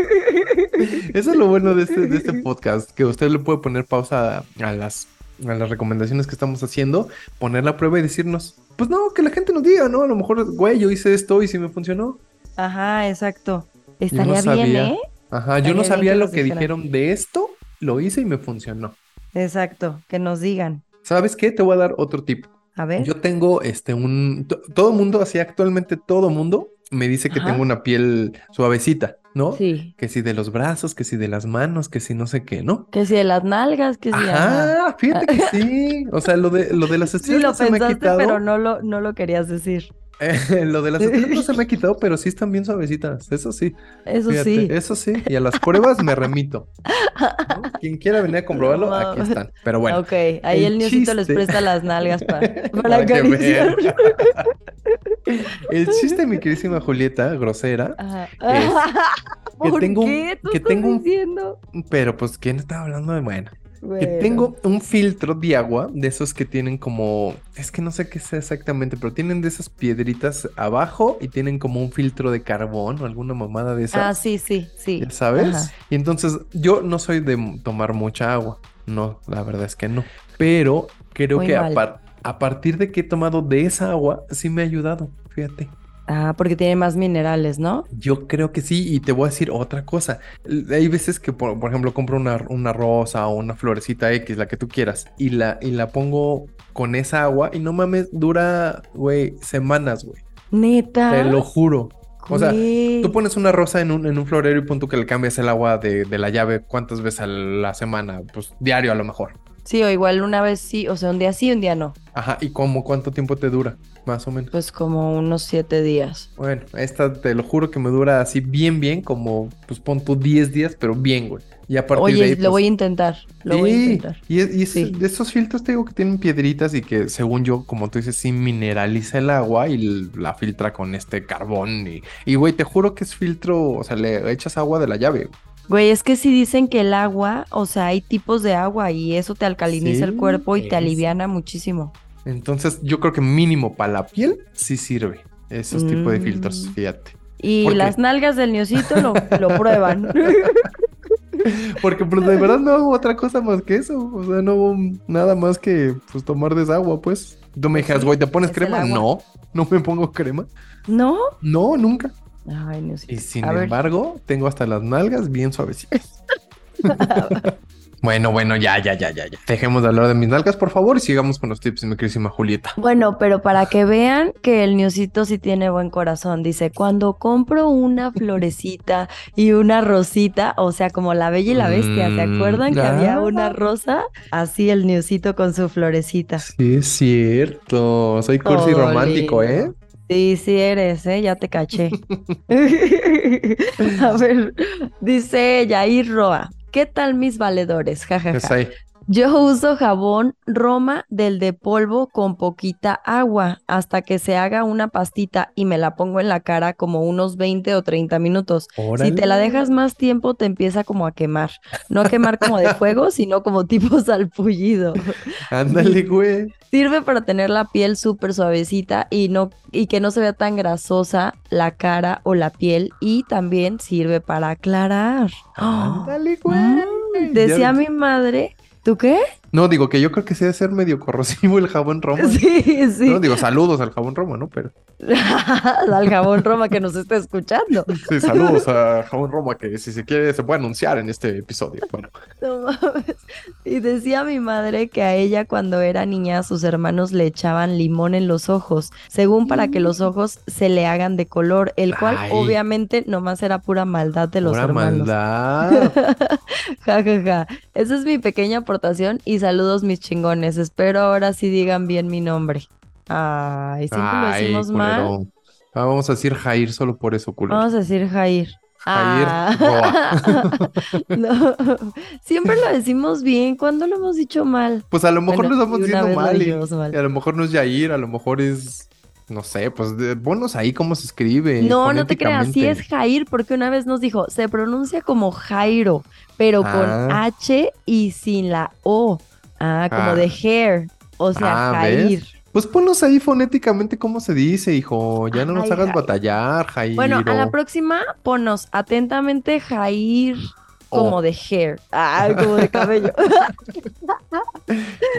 Eso es lo bueno de este, de este podcast, que usted le puede poner pausa a, a las, a las recomendaciones que estamos haciendo, poner la prueba y decirnos, pues no, que la gente nos diga, ¿no? A lo mejor, güey, yo hice esto y sí me funcionó.
Ajá, exacto. Estaría bien,
sabía.
¿eh?
Ajá, yo no
Estaría bien
sabía
que
lo
nos
que
dijeran.
dijeron de esto, lo hice y me funcionó.
Exacto, que nos digan.
¿Sabes qué? Te voy a dar otro tip.
A ver.
Yo tengo este un to- todo mundo, así actualmente todo mundo me dice que
Ajá.
tengo una piel suavecita, ¿no?
Sí.
Que si de los brazos, que si de las manos, que si no sé qué, ¿no?
Que si de las nalgas, que si. ajá.
Ajá, fíjate que sí. O sea, lo de, lo de las
Sí,
estrellas
lo
no se me ha
pensaste,
quitado.
pero no lo, no lo querías decir.
Eh, lo de las estrellas no se me ha quitado, pero sí están bien suavecitas. Eso sí.
Eso
Fíjate, eh,
sí.
eso sí. Y a las pruebas me remito. ¿no? Quien quiera venir a comprobarlo, aquí
mames.
están. Pero bueno.
ok, ahí
el
el niocito les
chiste-
presta las nalgas pa- para,
Para que vean.
acariciar.
El chiste, mi queridísima Julieta, grosera,
Ajá.
que
¿Por
tengo un-
qué tú
que
estás
tengo un-
diciendo?
pero pues, ¿quién estaba hablando de bueno? Que
Bueno,
tengo un filtro de agua de esos que tienen como, es que no sé qué sea exactamente, pero tienen de esas piedritas abajo y tienen como un filtro de carbón o alguna mamada de
Ah,
esas,
sí, sí, sí.
ya sabes.
Ajá.
Y entonces yo no soy de m- tomar mucha agua, no, la verdad es que no, pero creo
Muy
que a,
mal.
par- a partir de que he tomado de esa agua sí me ha ayudado, fíjate.
Ah, porque tiene más minerales, ¿no?
Yo creo que sí, y te voy a decir otra cosa. L- Hay veces que, por, por ejemplo, compro una, una rosa o una florecita X, la que tú quieras, y la, y la pongo con esa agua, y no mames, dura, güey, semanas, güey.
Neta.
Te lo juro. o sea,
Güey.
Tú pones una rosa en un, en un florero y pon tú que le cambias el agua de, de la llave cuántas veces a la semana, pues diario a lo mejor.
Sí, o igual una vez sí, o sea, un día sí, un día no.
Ajá, y como cuánto tiempo te dura, más o menos.
Pues como unos siete días.
Bueno, esta te lo juro que me dura así bien, bien, como pues pon tú 10 días, pero bien, güey. Y a partir
Oye,
de ahí,
lo
pues,
voy a intentar. Lo voy a
Sí,
intentar.
Y, es- y es-
Sí.
de estos filtros te digo que tienen piedritas y que según yo, como tú dices, sí mineraliza el agua y l- la filtra con este carbón. Y, y, güey, te juro que es filtro, o sea, le echas agua de la llave.
Güey, es que si dicen que el agua, o sea, hay tipos de agua y eso te alcaliniza
Sí,
el cuerpo y
es-
te aliviana muchísimo.
Entonces, yo creo que mínimo para la piel sí sirve esos tipos de
Mm.
filtros, fíjate.
Y
¿Por qué?
las nalgas del niocito lo, lo prueban.
Porque pues, de verdad no hubo otra cosa más que eso. O sea, no hubo nada más que pues tomar desagua, pues. Tú me
Pues
dijeras,
sí,
güey, ¿te pones
es el
crema?
agua.
No, no me pongo crema.
¿No?
No, nunca.
Ay, niocito.
Y sin
A ver.
embargo, tengo hasta las nalgas bien suavecitas. bueno, bueno, ya, ya, ya, ya, ya. Dejemos de hablar de mis nalgas, por favor, y sigamos con los tips, mi querísima Julieta.
Bueno, pero para que vean que el niocito sí tiene buen corazón, dice, cuando compro una florecita y una rosita, o sea, como la bella y la bestia, ¿se
Mm,
acuerdan que
ah.
había una rosa? Así el niocito con su florecita.
Sí, es cierto. Soy cursi
Todo
romántico, ¿eh?
lindo. Sí, sí eres, ¿eh? Ya te caché. A ver, dice Yair Roa, ¿qué tal mis valedores? Ja, ja,
¿Qué
ja.
es ahí?
Yo uso jabón Roma del de polvo con poquita agua hasta que se haga una pastita y me la pongo en la cara como unos 20 o 30 minutos. Si te la
Órale.
dejas más tiempo, te empieza como a quemar. No a quemar como de fuego, sino como tipo salpullido.
Ándale, güey.
Sirve para tener la piel súper suavecita y, no, y que no se vea tan grasosa la cara o la piel. Y también sirve para aclarar. ¡Oh!
Ándale, güey.
Mm, Decía
Ya-
mi madre, ¿tú qué?
No, digo que yo creo que sí debe ser medio corrosivo el jabón Roma.
Sí, sí.
No, digo, saludos al jabón Roma, ¿no? Pero
al jabón Roma que nos está escuchando.
sí, saludos a jabón Roma, que si se quiere se puede anunciar en este episodio. Bueno,
No mames. Y decía mi madre que a ella cuando era niña sus hermanos le echaban limón en los ojos, según para que los ojos se le hagan de color, el cual
Mm. Ay.
obviamente nomás era pura maldad de los
pura
hermanos.
maldad.
Ja, ja, ja. Esa es mi pequeña aportación y saludos mis chingones. Espero ahora sí digan bien mi nombre. Ay, siempre lo
Ay,
decimos mal. Ah,
culero. Ah, vamos a decir Jair solo por eso, culero.
Vamos a decir Jair.
Jair
Ah. No. Siempre lo decimos bien. ¿Cuándo lo hemos dicho mal?
Pues a lo mejor
Bueno,
nos estamos
y una
diciendo
vez lo
mal y,
dijimos mal.
y a lo mejor no es Jair, a lo mejor es, no sé, pues de- ponnos ahí cómo se escribe.
No, no te creas, sí es
fonéticamente.
Jair, porque una vez nos dijo, se pronuncia como Jairo, pero con
Ah.
H y sin la O. Ah, como
Ah.
de hair. O sea,
Ah, ¿ves?
Jair.
Pues ponnos ahí fonéticamente cómo se dice, hijo. Ya no nos
Ay,
hagas
Jair.
batallar, Jair.
Bueno, a
o-
la próxima ponos atentamente Jair como
o-
de hair. Ah, como de cabello.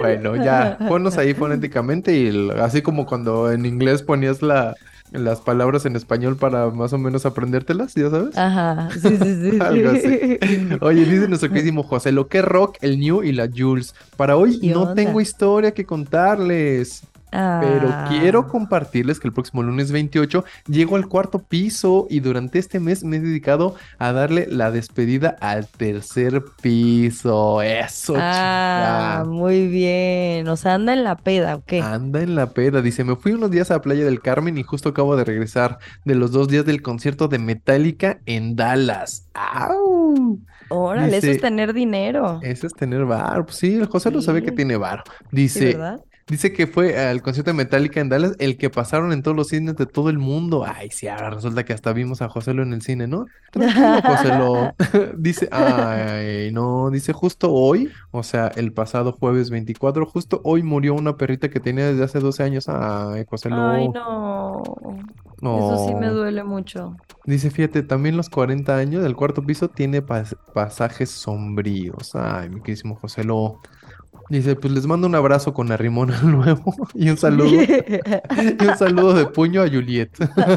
Bueno, ya, ponnos ahí fonéticamente y el- así como cuando en inglés ponías la, las palabras en español para más o menos aprendértelas, ya sabes.
Ajá, sí, sí, sí.
Algo
sí.
Oye, dice nuestro queridísimo José, lo que rock, el New y la Jules. Para hoy
¿Qué
no
onda?
tengo historia que contarles, pero
Ah.
quiero compartirles que el próximo lunes 28 llego al cuarto piso y durante este mes me he dedicado a darle la despedida al tercer piso. Eso,
Ah,
chica.
muy bien. O sea, anda en la peda, ¿o qué?
Anda en la peda, dice, me fui unos días a Playa del Carmen y justo acabo de regresar de los dos días del concierto de Metallica en Dallas. ¡Au!
Órale, eso
dice- eh,
es tener dinero.
Eso es tener varo. Pues sí, el José lo sabe que
Sí.
tiene varo.
Sí,
Dice,
¿verdad?
dice que fue al concierto de Metallica en Dallas el que pasaron en todos los cines de todo el mundo. Ay, sí, ahora resulta que hasta vimos a José en el cine, ¿no? Tranquilo, Joselo. Dice, ay, no, dice justo hoy, o sea, el pasado jueves 24, justo hoy murió una perrita que tenía desde hace 12 años. Ay, José
Ay, no. Eso sí me
No.
duele mucho.
Dice, fíjate, también los 40 años del cuarto piso tiene pas- pasajes sombríos. Ay, mi queridísimo José Lo. Dice, pues les mando un abrazo con Arrimón al nuevo y un saludo, y un saludo de puño a Juliet.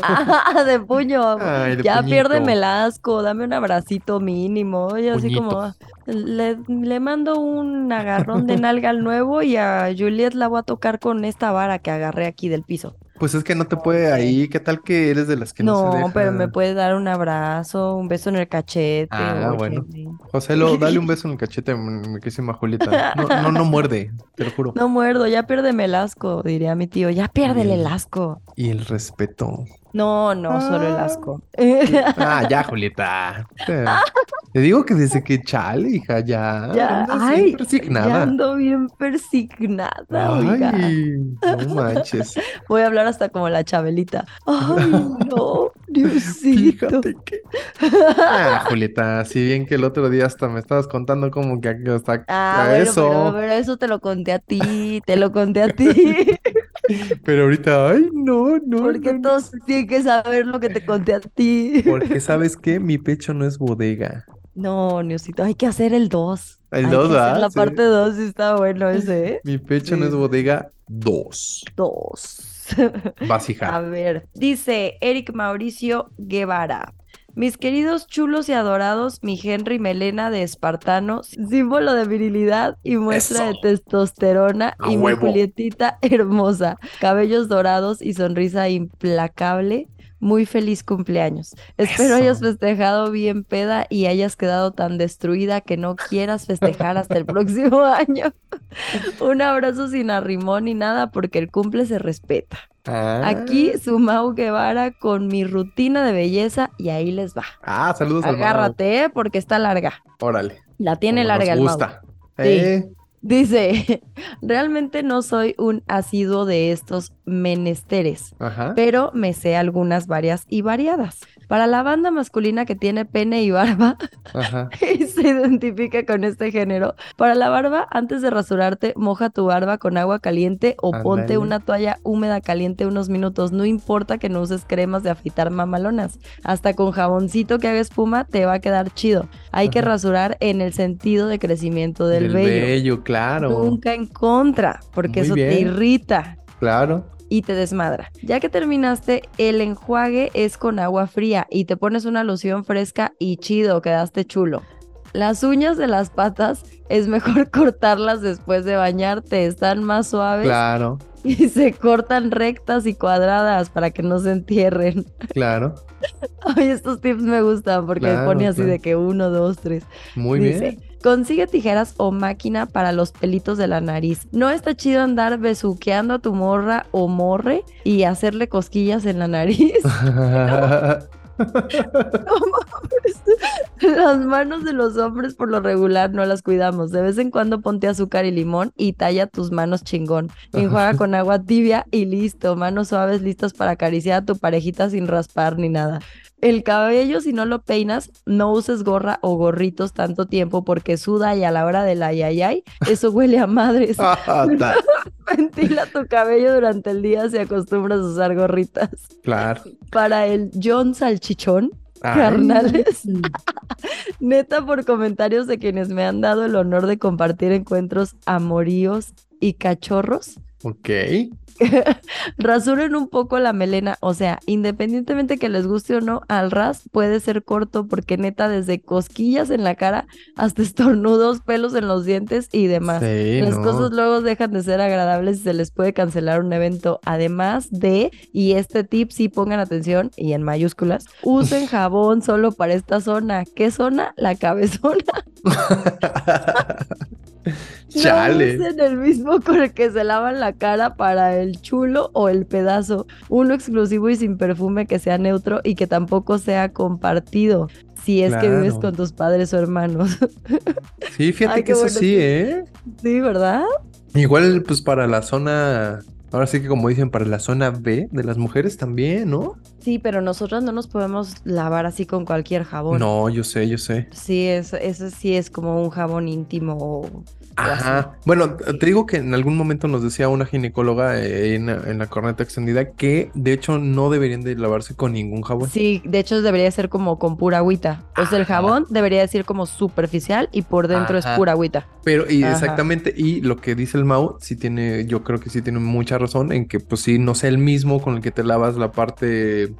Ah, de puño.
Ay, de
ya
puñito.
piérdeme el asco, dame un abracito mínimo. Y así
Puñito.
como le, le mando un agarrón de nalga al nuevo y a Juliet la voy a tocar con esta vara que agarré aquí del piso.
Pues es que no te puede ahí, ¿qué tal que eres de las que no
No,
se
pero me
dejan?
puede dar un abrazo, un beso en el cachete.
Ah,
oye,
bueno.
sí.
José Lo, dale un beso en el cachete, mi mi queridísima Julieta. No, no, no muerde, te lo juro.
No muerdo, ya piérdeme el asco, diría mi tío. Ya piérdele el
Bien.
asco.
Y el respeto.
No, no, solo el asco.
Ah, ya, Julieta. Te, te digo que desde que chale, hija, ya.
Ya,
andas bien
ay, ya
persignada.
ando bien persignada, oiga.
Ay, no manches.
Voy a hablar hasta como la Chabelita. Ay, no, Diosito.
Fíjate que. Ah, Julieta, si bien que el otro día hasta me estabas contando como que hasta
Ah,
a
bueno,
eso.
Pero, pero eso te lo conté a ti, te lo conté a ti.
Pero ahorita, ay, no, no. no,
Porque
no.
todos tienen que saber lo que te conté a ti.
Porque sabes que mi pecho no es bodega.
No, Diosito, hay que hacer el 2.
El
Hay
dos,
que hacer
¿verdad?
la
Sí.
parte 2 está bueno ese, ¿eh?
Mi pecho no es
Sí.
bodega 2.
2.
Vas,
A
hija.
ver, dice Eric Mauricio Guevara. Mis queridos chulos y adorados, mi Henry Melena de espartano, símbolo de virilidad y muestra de
Eso.
testosterona,
A
y mi
huevo.
Julietita hermosa, cabellos dorados y sonrisa implacable. Muy feliz cumpleaños. Espero
Eso.
hayas festejado bien peda y hayas quedado tan destruida que no quieras festejar hasta el próximo año. Un abrazo sin arrimón ni nada porque el cumple se respeta.
Ah.
Aquí su Mau Guevara con mi rutina de belleza y ahí les va.
Ah, saludos al Mau.
Agárrate, ¿eh? porque está larga.
Órale.
La tiene
como nos
larga el Mau.
gusta.
Sí.
Eh,
Dice, realmente no soy un asiduo de estos menesteres,
ajá.
pero me sé algunas varias y variadas. Para la banda masculina que tiene pene y barba,
Ajá.
y se identifica con este género. Para la barba, antes de rasurarte, moja tu barba con agua caliente o ponte
Ándale.
una toalla húmeda caliente unos minutos. No importa que no uses cremas de afeitar mamalonas. Hasta con jaboncito que haga espuma te va a quedar chido. Hay que
Ajá.
rasurar en el sentido de crecimiento del,
Del
vello.
claro.
Nunca en contra, porque
Muy
eso te
bien.
irrita
Claro.
y te desmadra. Ya que terminaste, el enjuague es con agua fría y te pones una loción fresca y chido, quedaste chulo. Las uñas de las patas es mejor cortarlas después de bañarte, están más suaves
Claro.
y se cortan rectas y cuadradas para que no se entierren.
Claro.
Ay, estos tips me gustan porque
Claro,
pone así
claro.
de que uno, dos, tres.
Muy
Dice,
bien.
Consigue tijeras o máquina para los pelitos de la nariz. No está chido andar besuqueando a tu morra o morre y hacerle cosquillas en la nariz. las manos de los hombres por lo regular no las cuidamos. De vez en cuando ponte azúcar y limón y talla tus manos chingón. Enjuaga con agua tibia y listo. Manos suaves listas para acariciar a tu parejita sin raspar ni nada. El cabello, si no lo peinas, no uses gorra o gorritos tanto tiempo porque suda y a la hora del ay, ay, ay, eso huele a madres.
Ah, ta-
Ventila tu cabello durante el día si acostumbras a usar gorritas.
claro.
Para el John Salchichón,
Ay.
carnales. Neta, por comentarios de quienes me han dado el honor de compartir encuentros amoríos y cachorros,
Ok.
rasuren un poco la melena. O sea, independientemente que les guste o no, al ras puede ser corto porque neta, desde cosquillas en la cara hasta estornudos, pelos en los dientes y demás.
Sí,
Las
no.
cosas luego dejan de ser agradables y se les puede cancelar un evento. Además de, y este tip sí pongan atención y en mayúsculas, usen jabón solo para esta zona. ¿Qué zona? La cabezona.
Chale.
No usen el mismo con el que se lavan la cara para el chulo o el pedazo. Uno exclusivo y sin perfume que sea neutro y que tampoco sea compartido. Si es que vives
Claro.
con tus padres o hermanos.
Sí, fíjate
Ay,
que
qué
eso
bueno,
sí,
sí.
¿eh?
sí, ¿verdad?
Igual, pues para la zona, ahora sí que como dicen, para la zona B de las mujeres también, ¿no?
Sí, pero nosotras no nos podemos lavar así con cualquier jabón.
No, yo sé, yo sé.
Sí, eso, eso sí es como un jabón íntimo. o-
Ajá. Bueno, te digo que en algún momento nos decía una ginecóloga eh, en, en la corneta extendida que de hecho no deberían de lavarse con ningún jabón.
Sí, de hecho debería ser como con pura agüita. O sea, el
Ajá.
jabón debería decir como superficial y por dentro
Ajá.
es pura agüita.
Pero, y
Ajá.
exactamente, y lo que dice el Mau, sí tiene, yo creo que sí tiene mucha razón en que, pues sí, no sea el mismo con el que te lavas la parte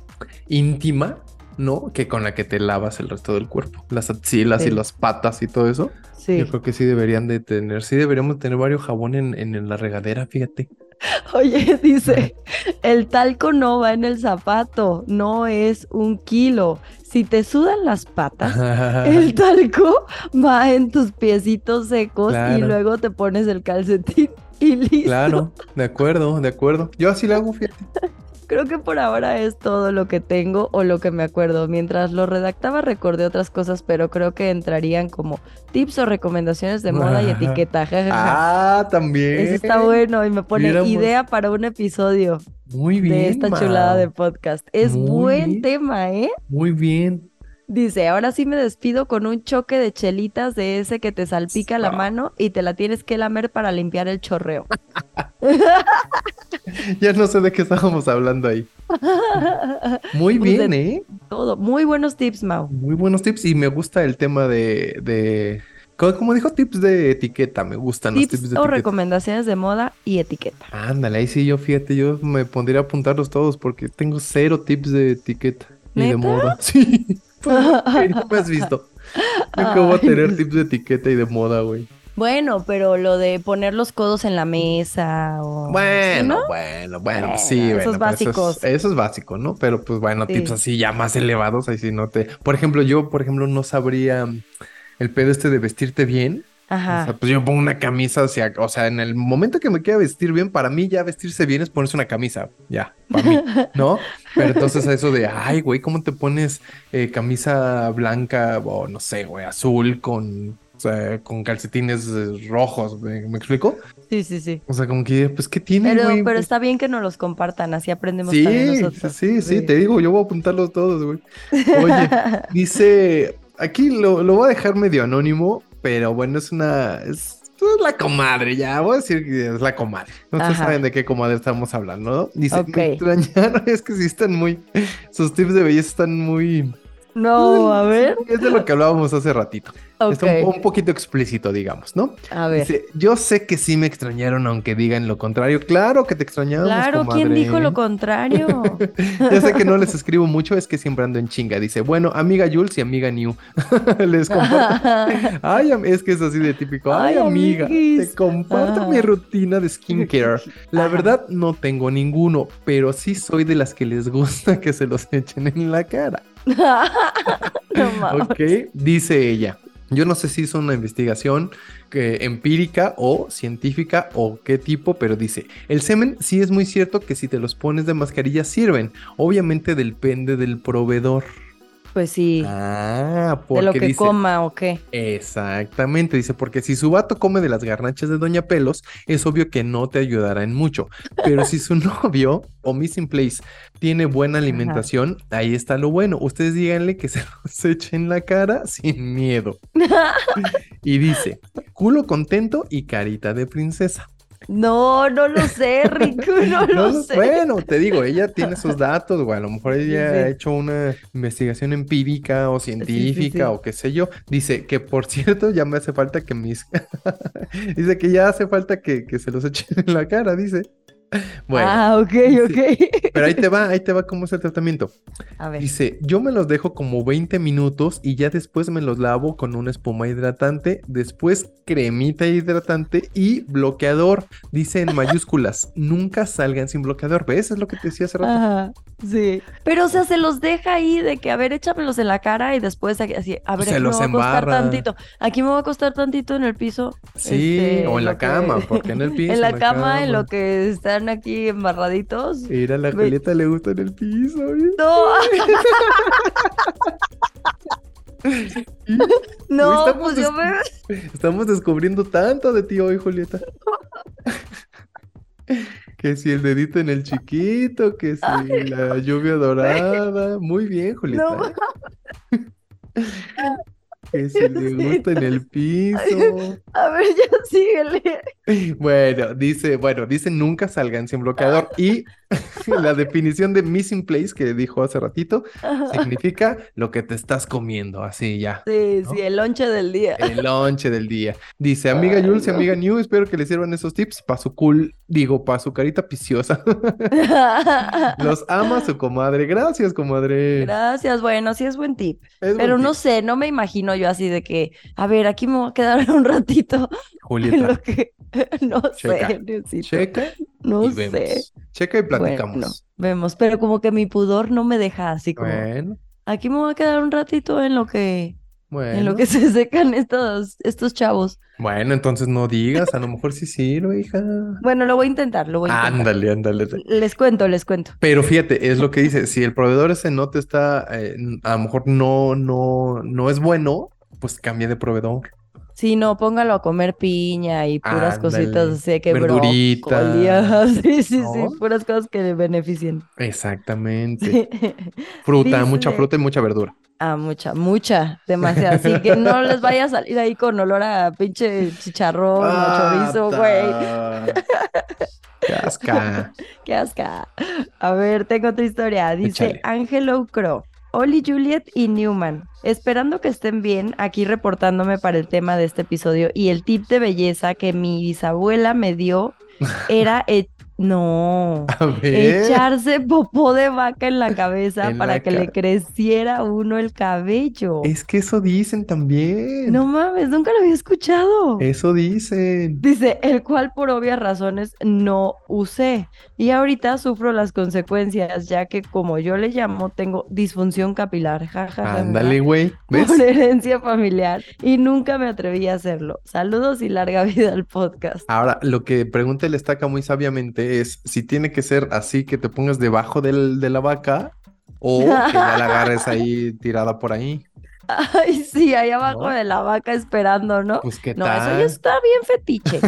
íntima, ¿no? Que con la que te lavas el resto del cuerpo. Las axilas y
Sí.
las patas y todo eso.
Sí.
Yo creo que sí deberían de tener, sí deberíamos tener varios jabón en, en la regadera, fíjate.
Oye, dice, el talco no va en el zapato, no es un kilo. Si te sudan las patas, Ah, el talco va en tus piecitos secos y
Claro.
luego te pones el calcetín y listo.
Claro, de acuerdo, de acuerdo. Yo así lo hago, fíjate.
Creo que por ahora es todo lo que tengo o lo que me acuerdo. Mientras lo redactaba recordé otras cosas, pero creo que entrarían como tips o recomendaciones de moda y etiqueta. Ja, ja,
ja. Ah, también.
Eso está bueno y me pone Mira, idea para un episodio.
Muy bien.
De esta
ma.
chulada de podcast. Es muy buen bien. tema, ¿eh?
Muy bien.
Dice, ahora sí me despido con un choque de chelitas de ese que te salpica la mano y te la tienes que lamer para limpiar el chorreo.
ya no sé de qué estábamos hablando ahí. Muy pues bien, ¿eh?
Todo. Muy buenos tips, Mau.
Muy buenos tips y me gusta el tema de... de... Como dijo, tips de etiqueta, me gustan
tips
los tips de
o
etiqueta.
recomendaciones de moda y etiqueta.
Ándale, ahí sí yo fíjate, yo me pondría a apuntarlos todos porque tengo cero tips de etiqueta y de moda. Sí. Pues, no me has visto. Yo que voy a tener tips de etiqueta y de moda, güey.
Bueno, pero lo de poner los codos en la mesa o...
Bueno,
¿no?
bueno, bueno, sí, bueno,
Esos básicos.
Eso es, eso es, básico, ¿no? Pero pues bueno, sí. tips así ya más elevados, ahí sí no te... Por ejemplo, yo, por ejemplo, no sabría el pedo este de vestirte bien.
Ah.
Ajá. O sea, pues yo pongo una camisa, o sea, o sea, en el momento que me quiera vestir bien, para mí ya vestirse bien es ponerse una camisa, ya, para mí, ¿no? Pero entonces eso de, ay, güey, ¿cómo te pones eh, camisa blanca o no sé, güey, azul con, o sea, con calcetines eh, rojos? ¿me, ¿me, explico?
Sí, sí, sí.
O sea, como que, pues, ¿qué tiene,
Pero,
güey?
pero está bien que nos los compartan, así aprendemos
sí,
también nosotros.
Sí, sí, sí, te digo, yo voy a apuntarlos todos, güey. Oye, dice... Aquí lo, lo voy a dejar medio anónimo, pero bueno, es una. Es, es, la comadre, ya voy a decir que es la comadre. Ustedes Ajá. saben de qué comadre estamos hablando, ¿no? Dice, okay. me extrañaron, es que sí están muy. Sus tips de belleza están muy. pues,
No, Oh, a ver.
Es de lo que hablábamos hace ratito. Okay. Está un, un, poquito explícito, digamos, ¿no?
A ver. Dice,
yo sé que sí me extrañaron, aunque digan lo contrario. Claro que te extrañaron.
Claro,
comadre.
¿quién dijo lo contrario?
ya sé que no les escribo mucho, es que siempre ando en chinga. Dice, bueno, amiga Jules y amiga New. les comparto. Ay, es que es así de típico. Ay, Ay amiga, amiguis. te comparto ah. mi rutina de skincare. La verdad, no tengo ninguno, pero sí soy de las que les gusta que se los echen en la cara.
no
ok, dice ella. Yo no sé si hizo una investigación eh, empírica o científica o qué tipo, pero dice, el semen sí es muy cierto que si te los pones de mascarilla sirven. Obviamente depende del proveedor.
Pues sí.
Ah,
porque de lo que dice, coma o qué.
Exactamente, dice, porque si su vato come de las garnachas de Doña Pelos, es obvio que no te ayudará en mucho. Pero si su novio o Missing Place tiene buena alimentación, Ajá. ahí está lo bueno. Ustedes díganle que se los eche en la cara sin miedo. y dice, culo contento y carita de princesa.
No, no lo sé, Rick, no, no lo sé.
Bueno, te digo, ella tiene sus datos, güey. A lo mejor ella sí, sí. ha hecho una investigación empírica o científica sí, o qué sé yo. Dice que, por cierto, ya me hace falta que mis. dice que ya hace falta que, que se los echen en la cara, dice.
Bueno. Ah, ok,
dice, ok. Pero ahí te va, ahí te va cómo es el tratamiento. A ver. Dice, yo me los dejo como 20 minutos y ya después me los lavo con una espuma hidratante, después cremita hidratante y bloqueador. Dice en mayúsculas, nunca salgan sin bloqueador. ¿Ves? Es lo que te decía hace rato.
Ah,
Ajá,
sí. Pero, o sea, se los deja ahí de que, a ver, échamelos en la cara y después así, a ver,
se
aquí
los
me va
embarra.
a costar tantito. Aquí me va a costar tantito en el piso.
Sí, este, o en la
que...
cama, porque en el piso.
en la, en la cama, cama, en lo que está aquí embarraditos.
Mira, la Me... Julieta le gusta en el piso.
¿eh? No. no, estamos pues yo me...
Estamos descubriendo tanto de ti hoy, Julieta. que si el dedito en el chiquito, que si Ay, la no. lluvia dorada. Muy bien, Julieta. No. Que si le gusta en el piso.
A ver, ya síguele.
Bueno, dice, bueno, dice nunca salgan sin bloqueador. Y la definición de missing place que dijo hace ratito significa lo que te estás comiendo, así ya.
Sí, ¿no? sí, el lonche del día.
El lonche del día. Dice, amiga Ay, Jules, no. amiga New, espero que le sirvan esos tips para su cool, digo, para su carita piciosa. Los ama su comadre. Gracias, comadre.
Gracias, bueno, sí es buen tip. Es pero buen no tip. sé, no me imagino yo así de que, a ver, aquí me voy a quedar un ratito.
Julieta.
En lo que... no
checa,
sé, necesito.
Checa.
No
y
sé.
Vemos. Checa y platicamos.
Bueno, vemos, pero como que mi pudor no me deja así como.
Bueno.
Aquí me voy a quedar un ratito en lo que
Bueno.
en lo que se secan estos, estos chavos.
Bueno, entonces no digas, a lo mejor sí sirve, hija.
Bueno, lo voy a intentar, lo voy a intentar.
Ándale, ándale.
Les cuento, les cuento.
Pero fíjate, es lo que dice, si el proveedor ese no te está, eh, a lo mejor no, no, no es bueno, pues cambia de proveedor.
Sí, no, póngalo a comer piña y puras
Ándale.
cositas así de que
Verdurita.
brócoli, ajá, Sí, sí,
¿No?
sí, puras cosas que le beneficien.
Exactamente. Fruta,
Dice-
mucha fruta y mucha verdura.
Ah, mucha, mucha, demasiada. Así que no les vaya a salir ahí con olor a pinche chicharrón, a chorizo, Oh, güey.
Casca.
Qué asca. A ver, tengo otra historia.
Échale.
Dice Angelo Crow. Oli, Juliet y Newman. Esperando que estén bien, aquí reportándome para el tema de este episodio y el tip de belleza que mi bisabuela me dio era e- no,
A ver.
echarse popó de vaca en la cabeza
¿Eh? En
para
la
que le
ca-
creciera a uno el cabello.
Es que eso dicen también.
No mames, nunca lo había escuchado.
Eso dicen.
Dice, el cual por obvias razones no usé. Y ahorita sufro las consecuencias, ya que como yo le llamo, tengo disfunción capilar. Ja, ja, ja, ja,
Ándale,
ja,
güey. ¿Ves?
Por herencia familiar. Y nunca me atreví a hacerlo. Saludos y larga vida al podcast.
Ahora, lo que pregunta el estaca muy sabiamente es si tiene que ser así que te pongas debajo del, de la vaca o que ya la agarres ahí tirada por ahí.
Ay, sí, ahí abajo
No.
de la vaca esperando, ¿no?
Pues qué
No, eso
tal.
ya está bien fetiche.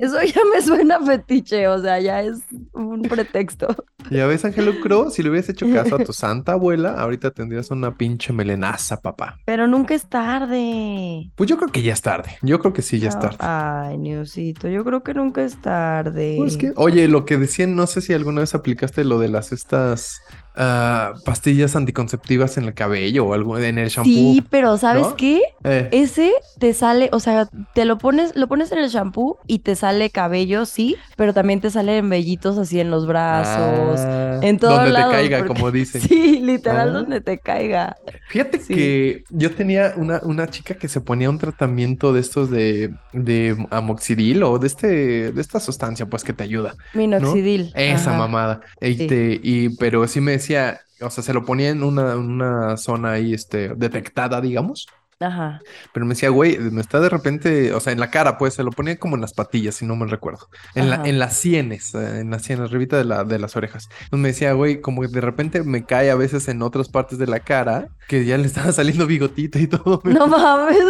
Eso ya me suena fetiche, o sea, ya es un pretexto.
Ya ves, Ángel Crow, si le hubieras hecho caso a tu santa abuela, ahorita tendrías una pinche melenaza, papá.
Pero nunca es tarde.
Pues yo creo que ya es tarde. Yo creo que sí, ya es
No,
tarde.
Ay, Niusito, yo creo que nunca es tarde.
Pues que, oye, lo que decían, no sé si alguna vez aplicaste lo de las estas ah, pastillas anticonceptivas en el cabello o algo en el shampoo.
Sí, pero ¿sabes
¿no?
qué?
Eh,
Ese te sale, o sea, te lo pones, lo pones en el shampoo y te sale cabello, sí, pero también te salen vellitos así en los brazos,
ah,
en todos
donde
lados,
te caiga,
porque-
como dicen.
Sí, literal
Ah.
donde te caiga.
Fíjate
Sí.
que yo tenía una, una chica que se ponía un tratamiento de estos de, de amoxidil o de este, de esta sustancia, pues que te ayuda.
Minoxidil.
Esa
ajá.
mamada.
Sí.
Este, y, pero sí me decía, o sea, se lo ponía en una, una zona ahí, este, detectada, digamos.
Ajá.
Pero me decía, güey, me está de repente, o sea, en la cara, pues se lo ponía como en las patillas, si no me recuerdo. En, la,
Ajá.
en las sienes, eh, en las sienes, arribita de, la, de las orejas. Entonces me decía, güey, como que de repente me cae a veces en otras partes de la cara, que ya le estaba saliendo bigotito y todo.
No mames.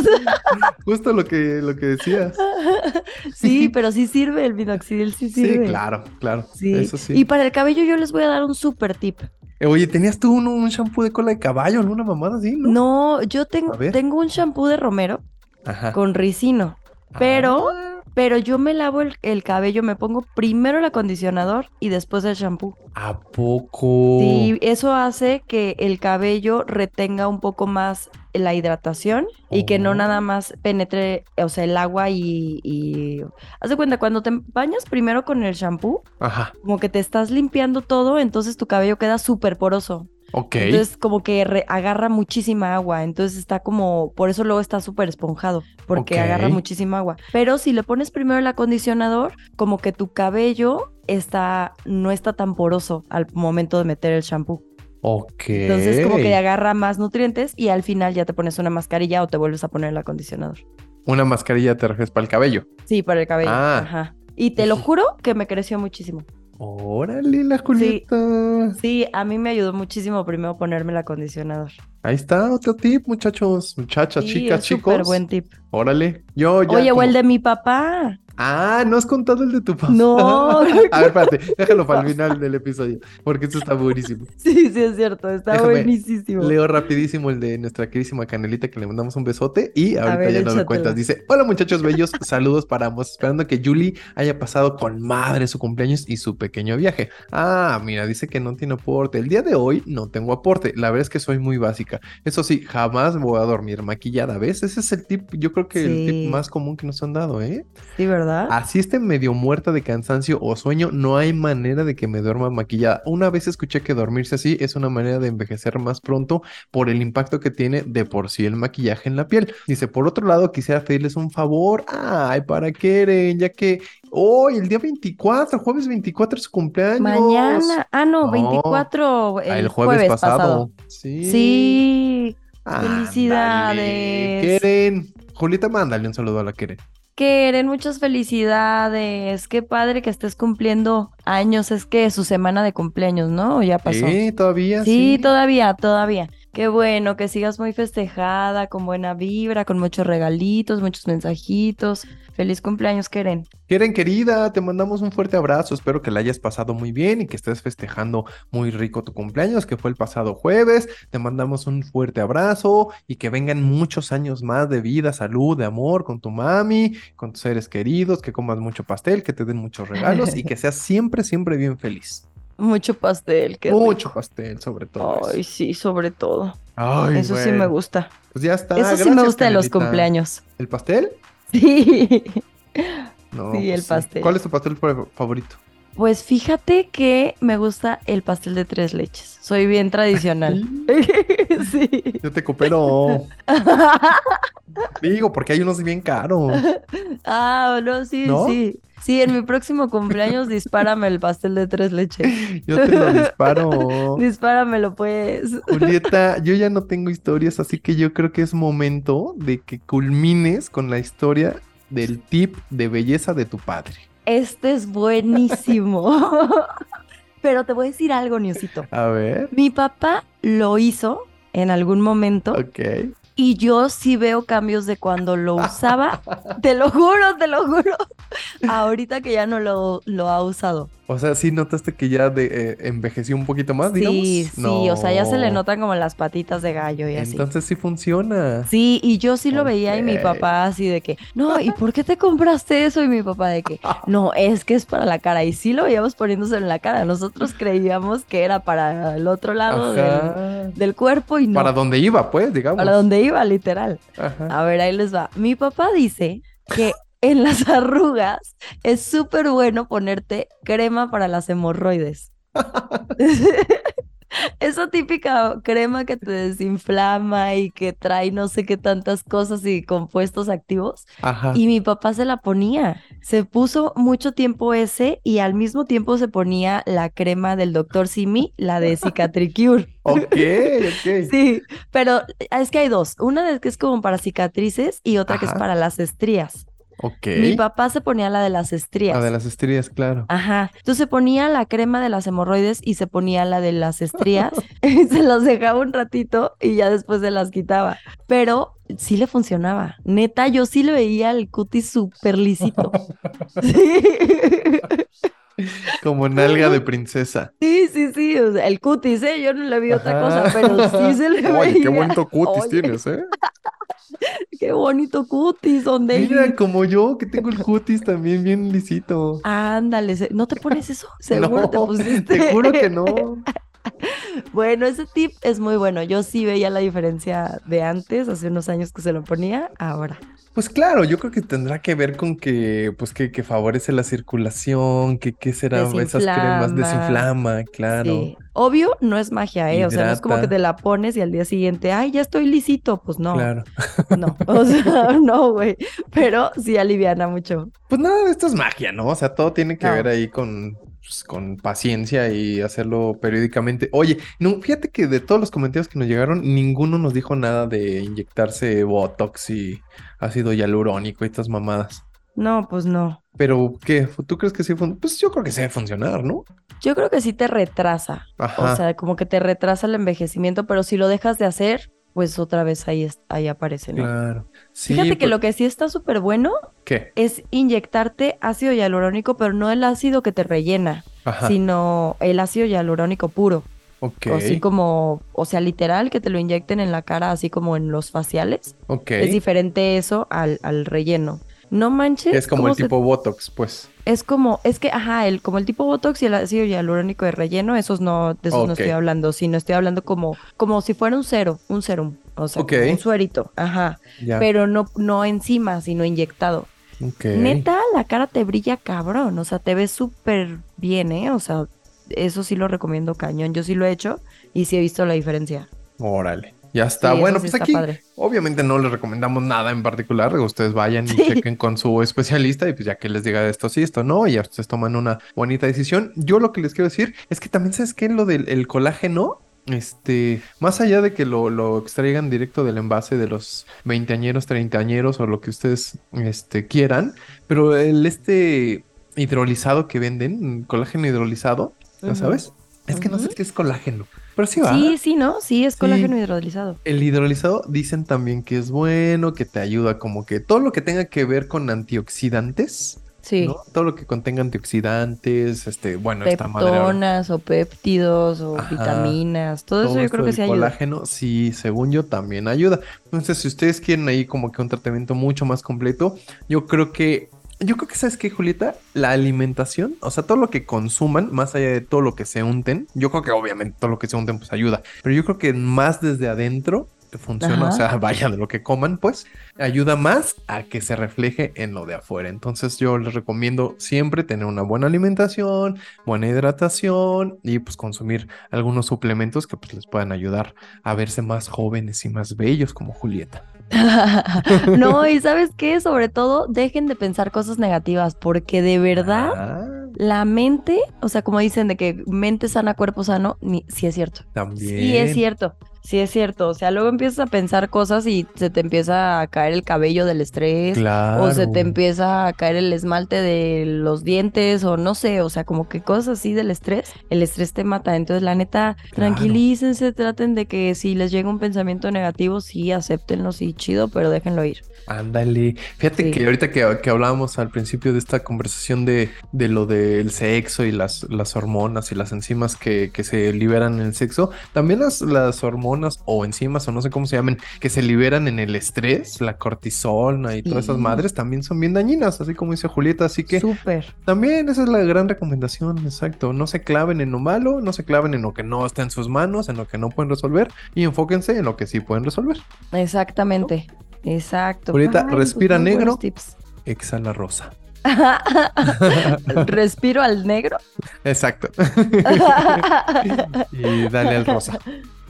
Justo lo que, lo que decías.
sí, pero sí sirve el minoxidil, sí
Sí,
sirve.
claro, claro.
Sí.
Eso sí.
Y para el cabello yo les voy a dar un super tip.
Eh, Oye, ¿tenías tú un, un shampoo de cola de caballo, alguna mamada así, no?
No, yo tengo,
A ver.
tengo un shampoo de romero
Ajá. Ah,
con ricino. Pero, pero yo me lavo el, el cabello, me pongo primero el acondicionador y después el shampoo.
Ah, ¿A poco?
Sí, eso hace que el cabello retenga un poco más la hidratación y que
Oh.
no nada más penetre, o sea, el agua y, y... Haz de cuenta, cuando te bañas primero con el shampoo,
Ajá.
como que te estás limpiando todo, entonces tu cabello queda súper poroso.
Ok.
Entonces como que re- agarra muchísima agua, entonces está como, por eso luego está súper esponjado, porque agarra
Ok.
muchísima agua. Pero si le pones primero el acondicionador, como que tu cabello está, no está tan poroso al momento de meter el shampoo.
ok.
Entonces como que agarra más nutrientes y al final ya te pones una mascarilla o te vuelves a poner el acondicionador.
Una mascarilla te refieres para el cabello.
Sí, para el cabello.
Ah.
Ajá. Y te lo juro que me creció muchísimo.
Órale, la Julieta.
Sí, a mí me ayudó muchísimo primero ponerme el acondicionador.
Ahí está otro tip, muchachos, muchachas,
Sí,
chicas,
es
chicos.
súper buen tip.
Órale. Yo ya
Oye, o
como-
el de mi papá.
Ah, no has contado el de tu papá.
No.
A ver, espérate, déjalo para el final del episodio, porque esto está buenísimo.
Sí, sí, es cierto, está
Déjame,
buenísimo.
Leo rapidísimo el de nuestra queridísima Canelita, que le mandamos un besote y ahorita
ver,
ya no me
échatelo.
cuentas. Dice, hola muchachos bellos, saludos para ambos, esperando que Julie haya pasado con madre su cumpleaños y su pequeño viaje. Ah, mira, dice que no tiene aporte. El día de hoy no tengo aporte, la verdad es que soy muy básica. Eso sí, jamás voy a dormir maquillada, ¿ves? Ese es el tip, yo creo que el
Sí.
tip más común que nos han dado, ¿eh?
Sí, ¿verdad?
Así esté medio muerta de cansancio o sueño, no hay manera de que me duerma maquillada. Una vez escuché que dormirse así es una manera de envejecer más pronto por el impacto que tiene de por sí el maquillaje en la piel. Dice, por otro lado, quisiera pedirles un favor. Ay, ¿para qué, Eren? Ya que hoy, el día 24, jueves 24 es su cumpleaños.
Mañana. Ah, no,
No.
24
Ah,
el, jueves, pasado.
Sí.
Sí.
Ándale,
Felicidades.
Keren. Julieta, mándale un saludo a la Keren.
Keren, muchas felicidades. Qué padre que estés cumpliendo años. Es que es su semana de cumpleaños, ¿no? ¿O ya
Sí,
pasó?
¿Eh? todavía.
Sí, todavía, todavía. Qué bueno, que sigas muy festejada, con buena vibra, con muchos regalitos, muchos mensajitos. Feliz cumpleaños, Keren.
Keren, querida, te mandamos un fuerte abrazo. Espero que la hayas pasado muy bien y que estés festejando muy rico tu cumpleaños, que fue el pasado jueves. Te mandamos un fuerte abrazo y que vengan muchos años más de vida, salud, de amor con tu mami, con tus seres queridos, que comas mucho pastel, que te den muchos regalos y que seas siempre, siempre bien feliz.
Mucho pastel, qué rico.
Mucho pastel, sobre todo. eso.
Ay, sí, sobre todo.
Ay,
Eso sí
bueno.
me gusta.
Pues ya está.
Eso sí me
Gracias,
gusta de los
Carmelita.
cumpleaños.
¿El pastel?
Sí.
No. pues
Sí, el pastel.
¿Cuál es tu pastel fa- favorito?
Pues fíjate que me gusta el pastel de tres leches. Soy bien tradicional. sí.
Yo te coopero. Digo, porque hay unos bien caros.
Ah, no, sí,
¿No?
sí. Sí, en mi próximo cumpleaños dispárame el pastel de tres leches.
Yo te lo disparo.
Dispáramelo, pues.
Julieta, yo ya no tengo historias, así que yo creo que es momento de que culmines con la historia del tip de belleza de tu padre.
Este es buenísimo. Pero te voy a decir algo, Niusito.
A ver,
Mi papá lo hizo en algún momento
ok.
y yo sí veo cambios de cuando lo usaba. te lo juro, te lo juro. Ahorita que ya no lo, lo ha usado.
O sea, sí notaste que ya de, eh, envejeció un poquito más, Ah, digamos.
Sí, sí, o sea, ya se le
No.
notan como las patitas de gallo y así.
Entonces sí funciona.
Sí, y yo sí lo veía y mi
Ok.
papá así de que, no, ¿y por qué te compraste eso? Y mi papá de que, no, es que es para la cara. Y sí lo veíamos poniéndose en la cara. Nosotros creíamos que era para el otro lado del,
Ajá.
del cuerpo y no
Para donde iba, pues, digamos.
para donde Ah. iba, literal.
Ajá.
A ver, ahí les va. Mi papá dice que en las arrugas es súper bueno ponerte crema para las hemorroides. Esa típica crema que te desinflama y que trae no sé qué tantas cosas y compuestos activos.
Ajá.
Y mi papá se la ponía. Se puso mucho tiempo ese y al mismo tiempo se ponía la crema del doctor Simi, la de Cicatricure.
Ok, ok.
Sí, pero ah, es que hay dos. Una es que es como para cicatrices y otra que es
Ajá.
para las estrías.
Ok.
Mi papá se ponía la de las estrías.
La de las estrías, claro.
Ajá. Entonces se ponía la crema de las hemorroides y se ponía la de las estrías. y se las dejaba un ratito y ya después se las quitaba. Pero sí le funcionaba. Neta, yo sí le veía el cutis súper lisito. sí.
Como nalga de princesa.
sí, sí, sí. O sea, el cutis, ¿eh? Yo no le vi otra cosa,
Ajá.
pero sí se le veía.
Oye, qué bonito cutis
Oye.
tienes, ¿eh?
Qué bonito cutis, donde
Mira, como yo, que tengo el cutis también bien lisito.
Ándale, se- ¿no te pones eso? Seguro te
No,
pusiste.
Te juro que no.
Bueno, ese tip es muy bueno. Yo sí veía la diferencia de antes, hace unos años que se lo ponía, ahora.
Pues claro, yo creo que tendrá que ver con que, pues que, que favorece la circulación, que qué será esas cremas,
Desinflama.
desinflama, claro.
Sí. Obvio, no es magia, ¿eh? O sea, no es como que
Hidrata.
te la pones y al día siguiente, ay, ya estoy lisito. Pues no,
Claro.
no. O sea, no, güey. Pero sí aliviana mucho.
Pues nada de esto es magia, ¿no? O sea, todo tiene que
No.
ver ahí con, pues, con paciencia y hacerlo periódicamente. Oye, no, fíjate que de todos los comentarios que nos llegaron, ninguno nos dijo nada de inyectarse Botox y ácido hialurónico y estas mamadas.
No, pues no.
Pero, ¿qué? ¿Tú crees que sí fun- Pues yo creo que sí debe funcionar, ¿no?
Yo creo que sí te retrasa.
Ajá.
O sea, como que te retrasa el envejecimiento, pero si lo dejas de hacer, pues otra vez ahí, es- ahí aparece, ¿no?
claro. Sí, pues
Fíjate que
pero-
lo que sí está súper bueno
¿Qué?
es inyectarte ácido hialurónico, pero no el ácido que te rellena,
Ajá.
sino el ácido hialurónico puro.
ok.
Así como, o sea, literal, que te lo inyecten en la cara, así como en los faciales.
ok.
Es diferente eso al, al relleno. No manches.
Es como
cómo
el
se-
tipo Botox, pues.
Es como, es que, ajá, el, como el tipo Botox y el ácido hialurónico de relleno, esos no, de esos no
Ok.
estoy hablando, sino estoy hablando como, como si fuera un cero, un serum, o sea,
Ok. Ah.
como un suerito, ajá,
Ya.
pero no, no encima, sino inyectado.
ok.
Neta, la cara te brilla cabrón, o sea, te ves súper bien, ¿eh? O sea, eso sí lo recomiendo cañón, yo sí lo he hecho y sí he visto la diferencia.
Órale. Ya está.
Sí,
bueno,
eso sí
pues
está
aquí
padre.
obviamente no les recomendamos nada en particular. Ustedes vayan y chequen con su especialista y pues ya que les diga esto sí, esto no, y ya ustedes toman una bonita decisión. Yo lo que les quiero decir es que también sabes que lo del el colágeno Este, más allá de que lo, lo extraigan directo del envase de los veinteañeros, treintañeros o lo que ustedes este, quieran, pero el este hidrolizado que venden, colágeno hidrolizado, ¿ya
Ujú.
sabes? Es que no sé
Ujú.
qué es colágeno, pero sí va.
Sí, sí, ¿no? Sí, es
Sí.
colágeno hidrolizado.
El hidrolizado dicen también que es bueno, que te ayuda como que todo lo que tenga que ver con antioxidantes,
Sí.
¿no? Todo lo que contenga antioxidantes, este, bueno, esta madre. ahora-
Peptonas o péptidos o
Ajá.
vitaminas. Todo,
todo
eso yo
esto
creo que
del
sí ayuda.
colágeno, sí, según yo también ayuda. Entonces, si ustedes quieren ahí como que un tratamiento mucho más completo, yo creo que, yo creo que sabes que Julieta, la alimentación, o sea, todo lo que consuman, más allá de todo lo que se unten, yo creo que obviamente todo lo que se unten pues ayuda, pero yo creo que más desde adentro te funciona, o
Ajá.
sea, vaya de lo que coman, pues ayuda más a que se refleje en lo de afuera. Entonces, yo les recomiendo siempre tener una buena alimentación, buena hidratación y pues consumir algunos suplementos que pues les puedan ayudar a verse más jóvenes y más bellos como Julieta.
no, y ¿sabes qué? Sobre todo, dejen de pensar cosas negativas porque de verdad
Ah,
la mente, o sea, como dicen de que mente sana, cuerpo sano, ni, sí es cierto.
también.
Sí es cierto, sí es cierto. O sea, luego empiezas a pensar cosas y se te empieza a caer el cabello del estrés.
Claro.
O se te empieza a caer el esmalte de los dientes, o no sé, o sea, como que cosas así del estrés. El estrés te mata. Entonces, la neta,
Claro.
tranquilícense, traten de que si les llega un pensamiento negativo, sí, acéptenlo, sí, chido, pero déjenlo ir.
Ándale. Fíjate
Sí.
que ahorita que, que hablábamos al principio de esta conversación de, de lo del sexo y las, las hormonas y las enzimas que, que se liberan en el sexo, también las, las hormonas o enzimas o no sé cómo se llamen, que se liberan en el estrés, la cortisona y todas esas
Sí.
madres también son bien dañinas, así como dice Julieta. Así que
Súper.
También esa es la gran recomendación, exacto. No se claven en lo malo, no se claven en lo que no está en sus manos, en lo que no pueden resolver y enfóquense en lo que sí pueden resolver.
Exactamente. Exacto.
Ahorita
pues,
respira
muy
negro.
buenos tips.
Exhala rosa.
Respiro al negro.
Exacto. y dale al rosa.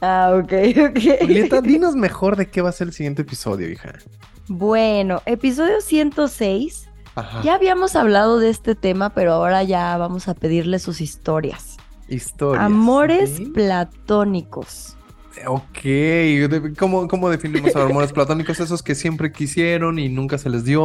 ah, ok, ok.
Julieta, dinos mejor de qué va a ser el siguiente episodio, hija.
Bueno, episodio 106.
Ajá.
Ya habíamos hablado de este tema, pero ahora ya vamos a pedirle sus historias.
Historias.
Amores
¿sí?
platónicos.
Ok. de- ¿Cómo, ¿Cómo definimos amores platónicos? Esos que siempre quisieron y nunca se les dio.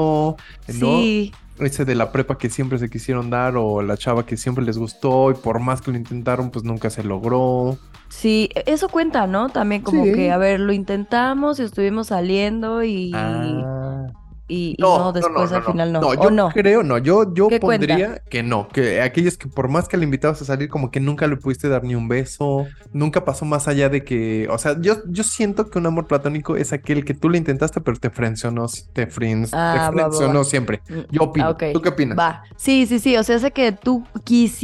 ¿no?
Sí,
ese de la prepa que siempre se quisieron dar o la chava que siempre les gustó y por más que lo intentaron pues nunca se logró.
sí, eso cuenta, ¿no? También como
Sí.
que, a ver, lo intentamos y estuvimos saliendo y,
Ah.
y, y Ah. no, después al final no.
yo
¿O no?
creo, no, yo, yo
¿Qué cuenta?
pondría que no, que aquellos que por más que le invitabas a salir como que nunca le pudiste dar ni un beso, nunca pasó más allá de que, o sea, yo, yo siento que un amor platónico es aquel que tú le intentaste pero te frencionó, te, friends,
Ah, va, va,
te frencionó
va.
siempre. Yo opino.
Ah, ok.
¿Tú qué opinas?
Va. Sí, sí, sí. O sea, hace que tú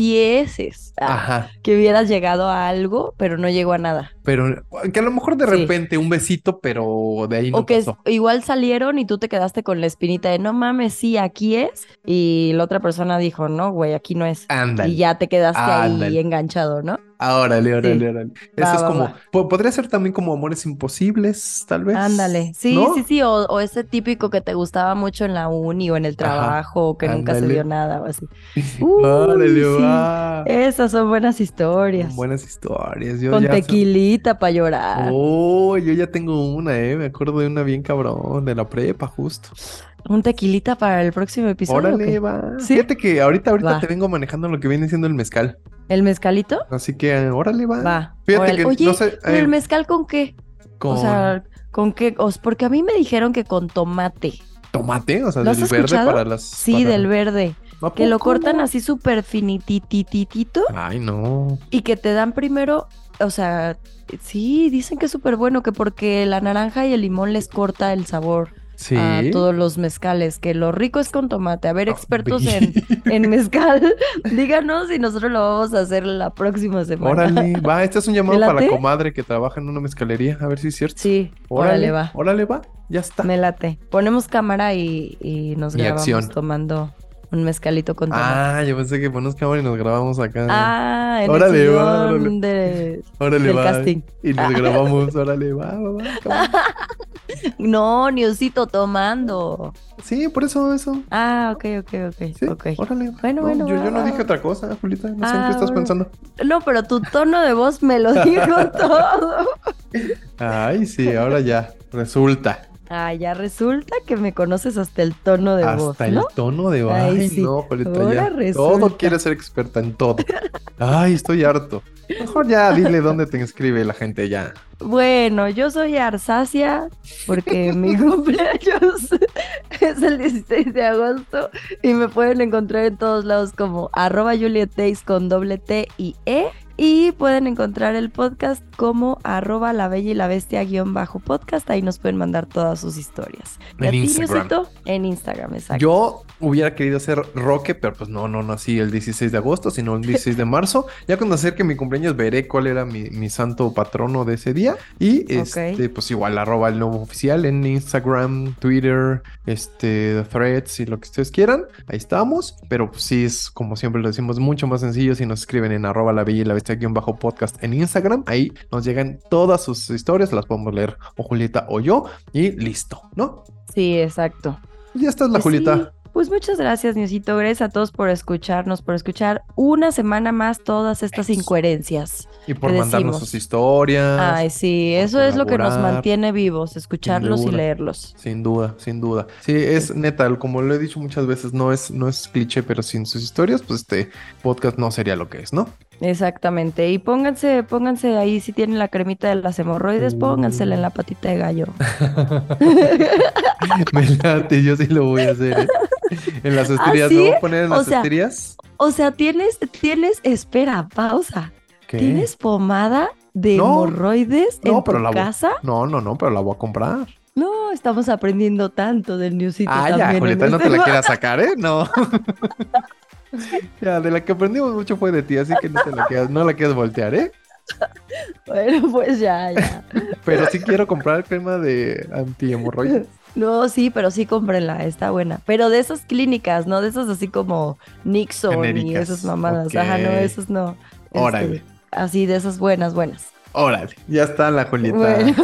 quisieses ah,
Ajá.
que hubieras llegado a algo, pero no llegó a nada.
Pero que a lo mejor de
Sí.
repente un besito, pero de ahí no
O que
pasó.
igual salieron y tú te quedaste con la espinita de no mames, sí, aquí es. Y la otra persona dijo, no, güey, aquí no es.
Ándale.
Y ya te quedaste ahí
Ándale.
enganchado, ¿no?
Órale, órale, órale. Eso
Va,
es
va,
como,
va.
po- podría ser también como amores imposibles, tal vez.
Ándale. Sí,
Pues, ¿no?
sí, sí. O, o ese típico que te gustaba mucho en la uni o en el trabajo, o que nunca se
Ándale.
dio nada o así. Uy,
Órale,
sí.
va.
Esas son buenas historias.
Buenas historias. Yo
Con
ya
tequilita para llorar.
Oh, yo ya tengo una, eh. Me acuerdo de una bien cabrón, de la prepa, justo.
Un tequilita para el próximo episodio. o
Órale,
qué?
va.
¿Sí?
Fíjate que ahorita, ahorita
Va.
te vengo manejando lo que viene siendo el mezcal.
¿El mezcalito?
Así que, eh, órale, va.
Va.
Fíjate
órale.
que
Oye,
no sé.
¿pero
eh,
el mezcal con qué?
con
O sea, ¿con qué? O s- porque a mí me dijeron que con tomate.
tomate, o sea,
¿lo has
del verde
escuchado?
para las.
Sí,
para- Uh,
del verde.
¿A
Que lo
poco?
cortan así súper finitititito
Ay, no.
y que te dan primero, o sea, sí, dicen que es súper bueno, que porque la naranja y el limón les corta el sabor
Sí.
a todos los mezcales, que lo rico es con tomate. A ver,
Ah,
expertos
ve.
en, en mezcal, díganos y nosotros lo vamos a hacer la próxima semana.
Órale, va, este es un llamado
¿Te
para la
late?
comadre que trabaja en una mezcalería, a ver si es cierto.
Sí, órale, va,
Órale, va, ya está.
me late. Ponemos cámara y, y nos
Y
grabamos
acción.
tomando un mezcalito con tomate.
Ah, yo pensé que ponemos cámara y nos grabamos acá.
Ah, en
Órale,
el
va,
sillón
órale.
de-
órale,
del
va.
casting. Ah.
Y nos grabamos, órale, va, va, va, cámara.
No, Niusito tomando.
Sí, por eso, eso.
Ah, ok, ok, ok.
Sí,
ok.
órale.
Bueno,
No,
bueno,
yo, yo
bueno.
no dije otra cosa, Julita. No sé en
Ah,
qué estás
bueno.
pensando.
No, pero tu tono de voz me lo dijo todo.
Ay, sí, ahora ya. Resulta.
Ah, ya resulta que me conoces hasta el tono de
Hasta
voz,
el
¿no?
tono de voz.
Ay,
Ay,
sí.
no, Julita,
Ahora
ya.
resulta.
Todo quiere ser experta en todo. Ay, estoy harto. Mejor ya dile dónde te inscribe la gente ya.
Bueno, yo soy Arsacia porque mi cumpleaños es el 16 de agosto y me pueden encontrar en todos lados como arroba Juliet Days con doble T y E. Y pueden encontrar el podcast como arroba la bella y la bestia guión bajo podcast. Ahí nos pueden mandar todas sus historias. ¿Y
En
a ti,
Instagram.
Niusito? En Instagram, exacto.
Yo hubiera querido ser Roque, pero pues no, no, no así el 16 de agosto, sino el 16 de marzo. Ya cuando acerque mi cumpleaños veré cuál era mi, mi santo patrono de ese día. Y este, pues igual arroba el nuevo oficial en Instagram, Twitter, este, threads y lo que ustedes quieran. Ahí estamos. Pero pues sí es, como siempre lo decimos, mucho más sencillo si nos escriben en arroba la bella y la bestia guión bajo podcast en Instagram. Ahí nos llegan todas sus historias, las podemos leer o Julieta o yo. Y listo, ¿no?
Sí, exacto.
Ya está la
Pues sí,
Julieta.
Pues muchas gracias, Niusito. Gracias a todos por escucharnos, por escuchar una semana más todas estas
Eso.
incoherencias.
Y por
Te
mandarnos
decimos.
sus historias.
Ay, sí,
por
eso es lo que nos
colaborar,
mantiene vivos, escucharlos y
duda.
leerlos.
Sin duda, sin duda. Sí, es neta, como lo he dicho muchas veces, no es, no es cliché, pero sin sus historias, pues este podcast no sería lo que es, ¿no?
Exactamente. Y pónganse, pónganse ahí si tienen la cremita de las hemorroides,
Uh.
póngansela en la patita de gallo.
Me late, yo sí lo voy a hacer. ¿eh? En las estrías,
¿Ah, ¿sí?
¿lo voy a poner en
O
las
sea,
estrías?
O sea, tienes, tienes, espera, pausa.
¿Qué?
¿Tienes pomada de
No.
hemorroides
No,
en
pero
tu
la voy-
casa?
No, no, no, pero la voy a comprar.
No, estamos aprendiendo tanto del newsito
ah,
también.
ya,
en
Julieta, no te
este
la
va-
quieras sacar, ¿eh? No. ya, de la que aprendimos mucho fue de ti, así que no, te la quieras, no la quieras voltear, ¿eh?
Bueno, pues ya, ya.
Pero sí quiero comprar crema de antihemorroides.
No, sí, pero sí cómprenla, está buena. Pero de esas clínicas, no de esas así como Nixon y
Genéricas,
esas mamadas.
ok.
Ajá, no, esas no. Este,
Órale.
así de esas buenas, buenas.
Órale, ya está la Julieta.
Bueno,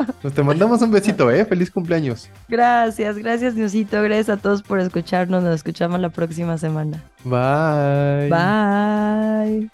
Pues te mandamos un besito, ¿eh? Feliz cumpleaños.
gracias, gracias, Niusito. Gracias a todos por escucharnos. Nos escuchamos la próxima semana.
Bye.
Bye.